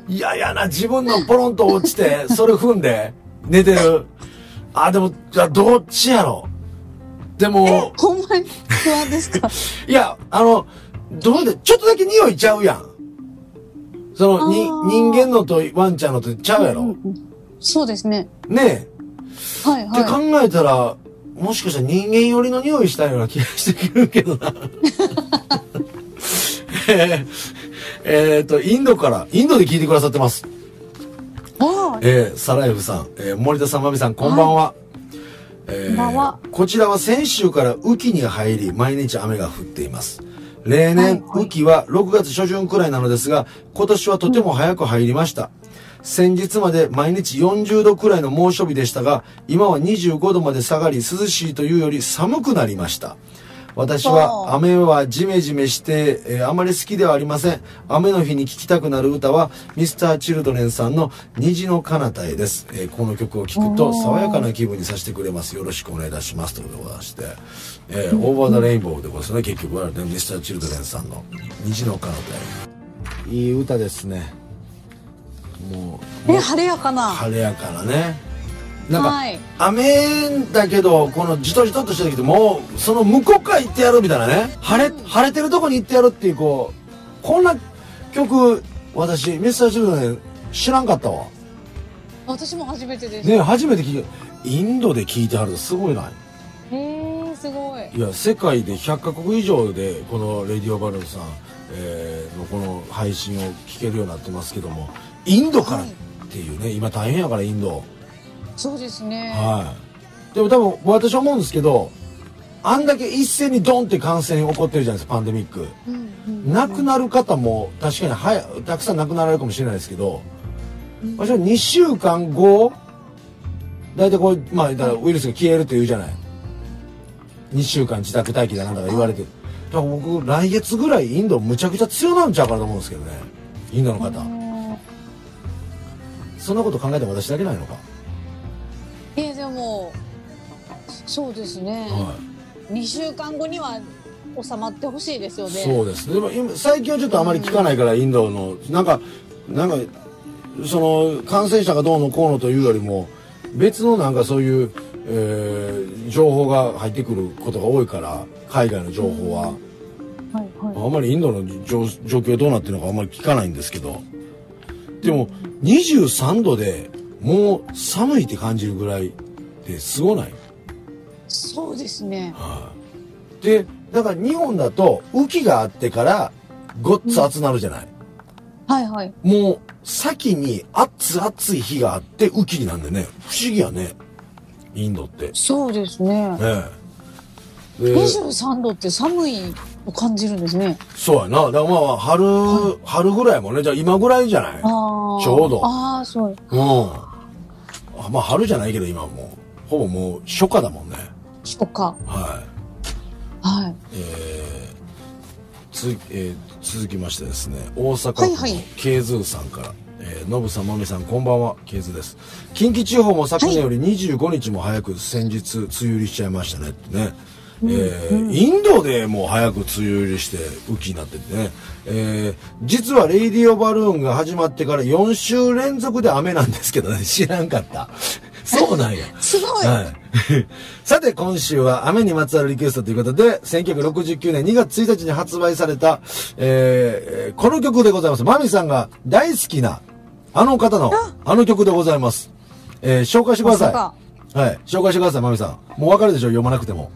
[SPEAKER 1] いや、いやな、自分のポロンと落ち て、それ踏んで、寝てる。あ、でも、じゃあどっちやろ。でも、
[SPEAKER 2] ほんまに不安です か
[SPEAKER 1] いや、あの、どうで、ちょっとだけ匂いちゃうやん。その、に
[SPEAKER 2] あ、ー
[SPEAKER 1] 人間のとワンちゃんのとちゃうや
[SPEAKER 2] うん
[SPEAKER 1] ろ。
[SPEAKER 2] うんそうですね。
[SPEAKER 1] ねえ。
[SPEAKER 2] はい
[SPEAKER 1] って
[SPEAKER 2] は
[SPEAKER 1] 考えたら、もしかしたら人間寄りの匂いしたような気がしてくるけどな。 えーえーと、インドから、インドで聞いてくださってます。
[SPEAKER 2] い。は
[SPEAKER 1] えー、サラエフさん、えー森田さん、まみさん、こんばんは。え
[SPEAKER 2] こんばんは
[SPEAKER 1] こちらは先週から雨季に入り、毎日雨が降っています。例年、
[SPEAKER 2] はい
[SPEAKER 1] 雨季は6月初旬くらいなのですが、今年はとても早く入りました。先日まで毎日40度くらいの猛暑日でしたが、今は25度まで下がり、涼しいというより寒くなりました。私
[SPEAKER 2] お
[SPEAKER 1] は
[SPEAKER 2] ー
[SPEAKER 1] 雨はジメジメして、えーあまり好きではありません。雨の日に聴きたくなる歌は、ミスター・チルドレンさんの虹の彼方へです。えーこの曲を聴くと、
[SPEAKER 2] おー
[SPEAKER 1] 爽やかな気分にさせてくれます。よろしくお願いいたします。ということでございまして、えーオーバー・ザ・レインボーでございますね。結局は、ね、ミスター・チルドレンさんの虹の彼方へ。いい歌ですね。もう、
[SPEAKER 2] い。え、晴れやかな。
[SPEAKER 1] 晴れやかなね。なんか、
[SPEAKER 2] はい
[SPEAKER 1] 雨だけどこのじとじとっとしてるけどもうその向こうから行ってやるみたいなね晴れ晴れてるとこに行ってやるっていうこうこんな曲私ミスターチルドレン知らんかったわ
[SPEAKER 2] 私も初めてです。
[SPEAKER 1] ね初めて聞いてインドで聞いてはるとすごいな
[SPEAKER 2] へえ、すごい。
[SPEAKER 1] いや世界で100カ国以上でこの「レディオバルブさん」えーのこの配信を聞けるようになってますけどもインドからっていうね今大変やからインド。
[SPEAKER 2] そうですね。
[SPEAKER 1] はい。でも多分私思うんですけど、あんだけ一斉にドンって感染起こってるじゃないですか、パンデミック。
[SPEAKER 2] うんうん
[SPEAKER 1] 亡くなる方も確かに早いたくさん亡くなられるかもしれないですけど、私は2週間後、大体こう、まあ、だからウイルスが消えると言うじゃない。2週間自宅待機だなんだか言われてる。だから僕、来月ぐらいインドむちゃくちゃ強なんちゃうかなと思うんですけどね。インドの方。そんなこと考えても私だけないのか。
[SPEAKER 2] えー、でも。そうですね。
[SPEAKER 1] はい。
[SPEAKER 2] 二、週間後には。収まってほしいですよね。
[SPEAKER 1] そうですでも今最近はちょっとあまり聞かないから、インドのなんかなんかその感染者がどうのこうのというよりも別のなんかそういう、えー情報が入ってくることが多いから海外の情報は、
[SPEAKER 2] はいはい。
[SPEAKER 1] あんまりインドの状状況どうなってるのかあんまり聞かないんですけどでも23度でもう寒いって感じるぐらいですごない
[SPEAKER 2] そうですね。
[SPEAKER 1] でだから日本だと雨季があってからごっつ暑なるじゃない、
[SPEAKER 2] はいはい。
[SPEAKER 1] もう先に熱々い日があって雨季になんでね不思議やねインドってね
[SPEAKER 2] そうですね。
[SPEAKER 1] えで
[SPEAKER 2] 二十三度って寒いを感じるんですね。
[SPEAKER 1] そうやな。だからまあ、春、春ぐらいもね。じゃあ今ぐらいじゃない
[SPEAKER 2] ああ。
[SPEAKER 1] ちょうど
[SPEAKER 2] ああ、そう。
[SPEAKER 1] うん。あまあ、春じゃないけど、今はもう、ほぼもう初夏だもんね。
[SPEAKER 2] そうか。
[SPEAKER 1] はい。
[SPEAKER 2] はい。
[SPEAKER 1] 続き,、えー続きましてですね大阪府
[SPEAKER 2] はいは
[SPEAKER 1] の
[SPEAKER 2] い
[SPEAKER 1] ケーズーさんから「えーノブ、さんまみさんこんばんはケーズーです近畿地方も昨年より25日も早く先日梅雨入りしちゃいましたね」ってね、えーインドでもう早く梅雨入りして雨季になっててね、えー実は「レイディオバルーン」が始まってから4週連続で雨なんですけどね知らんかった そうなんや
[SPEAKER 2] すごい。
[SPEAKER 1] はい。 さて、今週は雨にまつわるリクエストということで、1969年2月1日に発売された、えーえーこの曲でございます。マミさんが大好きな、あの方の、あの曲でございます。えー紹介してくだ
[SPEAKER 2] まさ
[SPEAKER 1] さい。はい。紹介してください、マミさん。もうわかるでしょ読まなくても。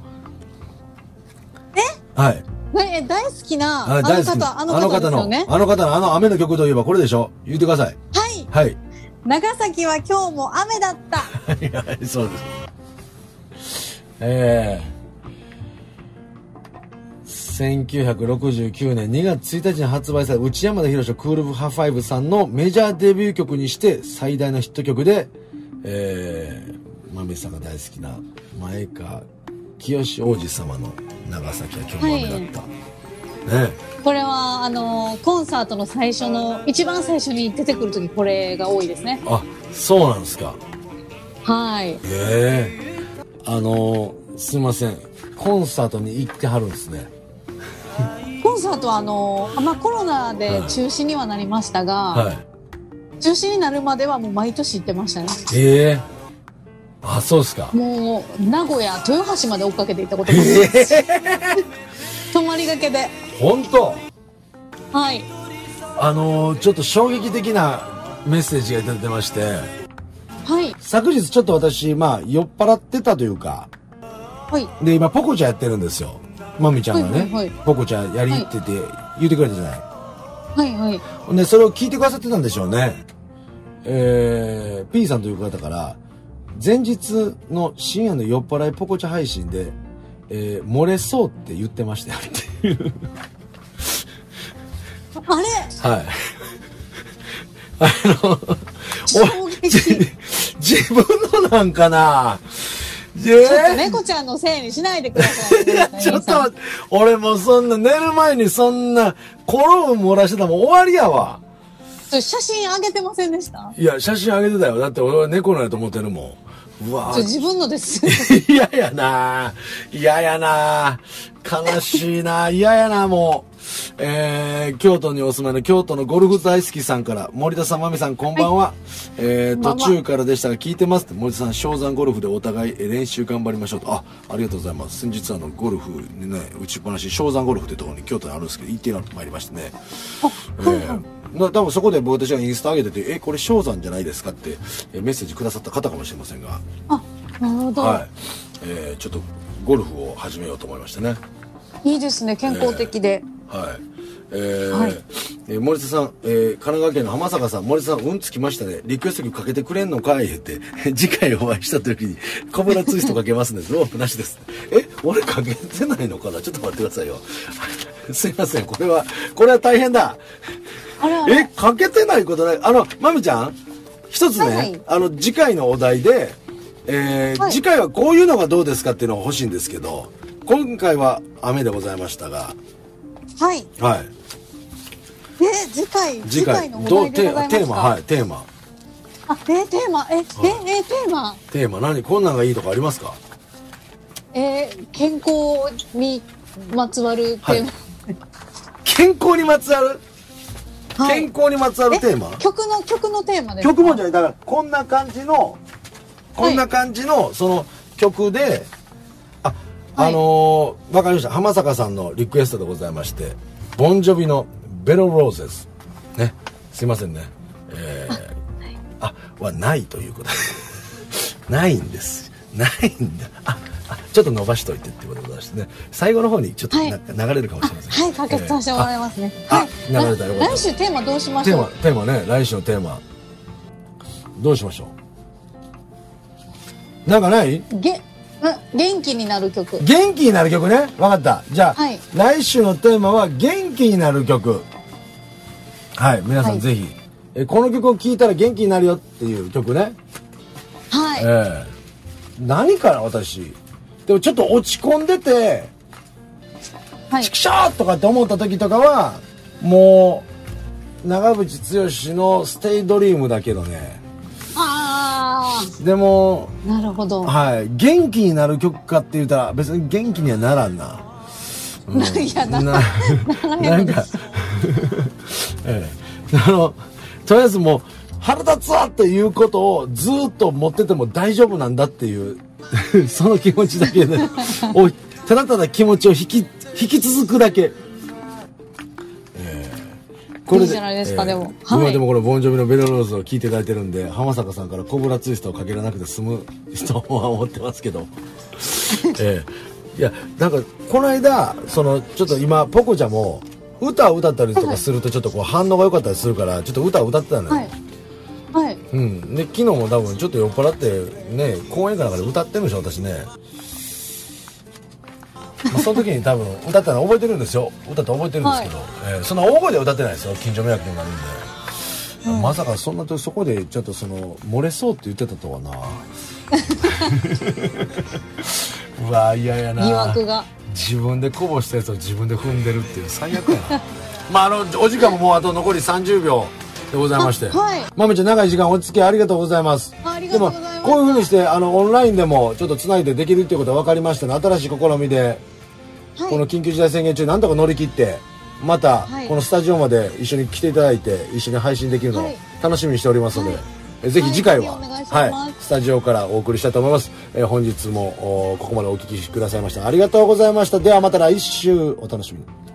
[SPEAKER 1] えはい。
[SPEAKER 2] ねえ大好きな、あ
[SPEAKER 1] あ
[SPEAKER 2] の
[SPEAKER 1] 大好き
[SPEAKER 2] 方、
[SPEAKER 1] な
[SPEAKER 2] あの方ですよね。
[SPEAKER 1] あの方の、あの雨の曲といえばこれでしょ言ってください。
[SPEAKER 2] はい。
[SPEAKER 1] はい。
[SPEAKER 2] 長崎は今日も雨だった。
[SPEAKER 1] はいはい、そうです。えー、1969年2月1日に発売された内山田博クールハファイブさんのメジャーデビュー曲にして最大のヒット曲で、えー、まめさんが大好きな前川清王子様の長崎は今日も雨だった。ね
[SPEAKER 2] これは、あのーコンサートの最初の、一番最初に出てくるとき、これが多いですね。
[SPEAKER 1] あ、そうなんですか。
[SPEAKER 2] はい。
[SPEAKER 1] ええあのすいません。コンサートに行ってはるんですね。
[SPEAKER 2] コンサートは、あのーまあ、コロナで中止にはなりましたが、
[SPEAKER 1] はい。
[SPEAKER 2] 中止になるまではもう毎年行ってましたね。
[SPEAKER 1] ええあ、そうですか。
[SPEAKER 2] もう、名古屋、豊橋まで追っかけて行ったこと
[SPEAKER 1] え
[SPEAKER 2] もありま
[SPEAKER 1] え
[SPEAKER 2] す。泊まりがけで。
[SPEAKER 1] 本当
[SPEAKER 2] はい。
[SPEAKER 1] あのーちょっと衝撃的なメッセージがいただいてまして、
[SPEAKER 2] はい。
[SPEAKER 1] 昨日ちょっと私、まあ、酔っ払ってたというか、
[SPEAKER 2] はい。
[SPEAKER 1] で、今、ポコチャやってるんですよ。まみちゃんがね、
[SPEAKER 2] はいはいはい
[SPEAKER 1] ポコチャやりってて、言ってくれたじゃない。
[SPEAKER 2] はい。はい。
[SPEAKER 1] ほんで、それを聞いてくださってたんでしょうね。えー、P さんという方から、前日の深夜の酔っ払いポコチャ配信で、えー、漏れそうって言ってましたよっていう。
[SPEAKER 2] あれ
[SPEAKER 1] はい。あの、
[SPEAKER 2] 衝 撃。
[SPEAKER 1] 自分のなんかなえ
[SPEAKER 2] ちょっと猫ちゃんのせいにしないでください。
[SPEAKER 1] いや、 ちょっと待って、俺もうそんな、寝る前にそんな、コロン漏らしてたらもん終わりやわ。
[SPEAKER 2] 写真あげてませんでした
[SPEAKER 1] いや、写真あげてたよ。だって俺は猫なんやと思ってるもん。うわ
[SPEAKER 2] ちょ自分 のです。
[SPEAKER 1] 嫌ややな嫌やな悲しいな嫌やなもう。えー、京都にお住まいの京都のゴルフ大好きさんから、森田さん、まみさん、こんばんは。えー、
[SPEAKER 2] こんば
[SPEAKER 1] 途
[SPEAKER 2] んは
[SPEAKER 1] 中からでしたが、聞いてますって、森田さん、昇山ゴルフでお互いえー練習頑張りましょうと。あ、ありがとうございます。先日、あの、ゴルフにね、打ちっぱなし、昇山ゴルフってところに京都にあるんですけど、行ってまいりましてね。えーな多分そこで僕たちがインスタ上げてて、え、これ昇山じゃないですかって、えーメッセージくださった方かもしれませんが、
[SPEAKER 2] あ、なるほど、
[SPEAKER 1] はい、えーちょっとゴルフを始めようと思いましてね。
[SPEAKER 2] い。いですね、健康的で。
[SPEAKER 1] はい。え
[SPEAKER 2] はい
[SPEAKER 1] ーえー森田さん、えー神奈川県の浜坂さん、森田さん、うんつきましたね。リクエスト曲かけてくれんのかいって、 次回お会いした時に、小村ツイストかけますね。ロープなしです。え、俺かけてないのかなちょっと待ってくださいよ。 すいません、これは、これは大変だ。
[SPEAKER 2] あれあれ
[SPEAKER 1] え、かけてないことない。あの、まみちゃん、一つね、
[SPEAKER 2] はいはい
[SPEAKER 1] あの、次回のお題で、えー
[SPEAKER 2] はい
[SPEAKER 1] 次回はこういうのがどうですかっていうのが欲しいんですけど、今回は雨でございましたが、
[SPEAKER 2] はい。
[SPEAKER 1] はい。
[SPEAKER 2] え、次回、次回の
[SPEAKER 1] ど
[SPEAKER 2] お
[SPEAKER 1] う
[SPEAKER 2] 題で
[SPEAKER 1] テ
[SPEAKER 2] ござい
[SPEAKER 1] ー
[SPEAKER 2] ますか
[SPEAKER 1] テーマ、はい、テーマ。
[SPEAKER 2] あ、え、テーマ、え、え、え、テーマ。
[SPEAKER 1] テーマ、何こんなんがいいとかありますか
[SPEAKER 2] えー健康にまつわるテーマ。
[SPEAKER 1] 健康にまつわる、
[SPEAKER 2] はい
[SPEAKER 1] 健康にまつわるテーマ
[SPEAKER 2] え曲の、曲のテーマです。
[SPEAKER 1] 曲もじゃない。だから、こんな感じの、こんな感じの、その曲で、あ、あのーわかりました。浜坂さんのリクエストでございまして、ボンジョビのベロローゼス。ね。すいませんね。えー、あ、はないということで。ないんです。 ないんだ。あ、あちょっと伸ばしといてってことでございましてね。最後の方にちょっとな、
[SPEAKER 2] はい
[SPEAKER 1] 流れるかもしれません。
[SPEAKER 2] はい、かけさせてもらいますね。
[SPEAKER 1] あ
[SPEAKER 2] はい
[SPEAKER 1] あ。流れたよかった
[SPEAKER 2] 来週テーマどうしまし
[SPEAKER 1] テー
[SPEAKER 2] ょ
[SPEAKER 1] マ
[SPEAKER 2] う
[SPEAKER 1] テーマね来週のテーマどうしましょうなんかない
[SPEAKER 2] げ、うん、元気になる曲。
[SPEAKER 1] 元気になる曲ねわかったじゃあ、
[SPEAKER 2] はい
[SPEAKER 1] 来週のテーマは「元気になる曲」はい皆さ
[SPEAKER 2] は
[SPEAKER 1] ん
[SPEAKER 2] い
[SPEAKER 1] ぜひ、えこの曲を聴いたら元気になるよっていう曲ね、
[SPEAKER 2] はい。
[SPEAKER 1] ええ何かな私でもちょっと落ち込んでて
[SPEAKER 2] はい
[SPEAKER 1] チ。クショーとかって思った時とかはもう長渕剛の「ステイドリームだけどね
[SPEAKER 2] あ
[SPEAKER 1] でも
[SPEAKER 2] あ、なるほど。
[SPEAKER 1] はい元気になる曲かって言ったら別に元気にはならんな
[SPEAKER 2] いや、な、
[SPEAKER 1] ななんか ええあのとりあえずもう腹立つわっていうことをずーっと持ってても大丈夫なんだっていう その気持ちだけ でおただただ気持ちを引き引き続くだけ、ええこ
[SPEAKER 2] いいじゃないですかでもはい
[SPEAKER 1] 今でもこのボンジョビのベルローズを聞いていただいてるんで浜坂さんからコブラツイストをかけられなくて済む人は思ってますけどええいやなんかこの間そのちょっと今ポコちゃんも歌を歌ったりとかするとちょっとこう反応が良かったりするからちょっと歌を歌ってたのよ、
[SPEAKER 2] はい。はい。
[SPEAKER 1] うん、で昨日も多分ちょっと酔っ払ってね公演かなんかで歌ってるんでしょ私ね、まあその時に多分歌ったの覚えてるんですよ歌って覚えてるんですけど、
[SPEAKER 2] は
[SPEAKER 1] ええそんな大声で歌ってないですよ近所迷惑になるんで、まさかそんなとそこでちょっとその漏れそうって言ってたとは なうわ嫌や な
[SPEAKER 2] 疑惑が。
[SPEAKER 1] 自分でこぼしたやつを自分で踏んでるっていう最悪やな まああのお時間ももうあと残り30秒でございまして
[SPEAKER 2] あはい
[SPEAKER 1] まめちゃん長い時間お付き合いありがとうございます
[SPEAKER 2] あありがとうございまし
[SPEAKER 1] で
[SPEAKER 2] た
[SPEAKER 1] もこういうふうにしてあのオンラインでもちょっとつないでできるっていうことは分かりましたので新しい試みで、
[SPEAKER 2] はい
[SPEAKER 1] この緊急事態宣言中なんとか乗り切ってまた
[SPEAKER 2] はい
[SPEAKER 1] このスタジオまで一緒に来ていただいて一緒に配信できるの
[SPEAKER 2] は
[SPEAKER 1] を
[SPEAKER 2] い
[SPEAKER 1] 楽しみにしておりますので、
[SPEAKER 2] はい
[SPEAKER 1] えぜひ次回は、
[SPEAKER 2] はいぜひお願いします
[SPEAKER 1] はい、スタジオからお送りしたいと思います、えー本日もおここまでお聞きくださいましたありがとうございましたではまた来週お楽しみに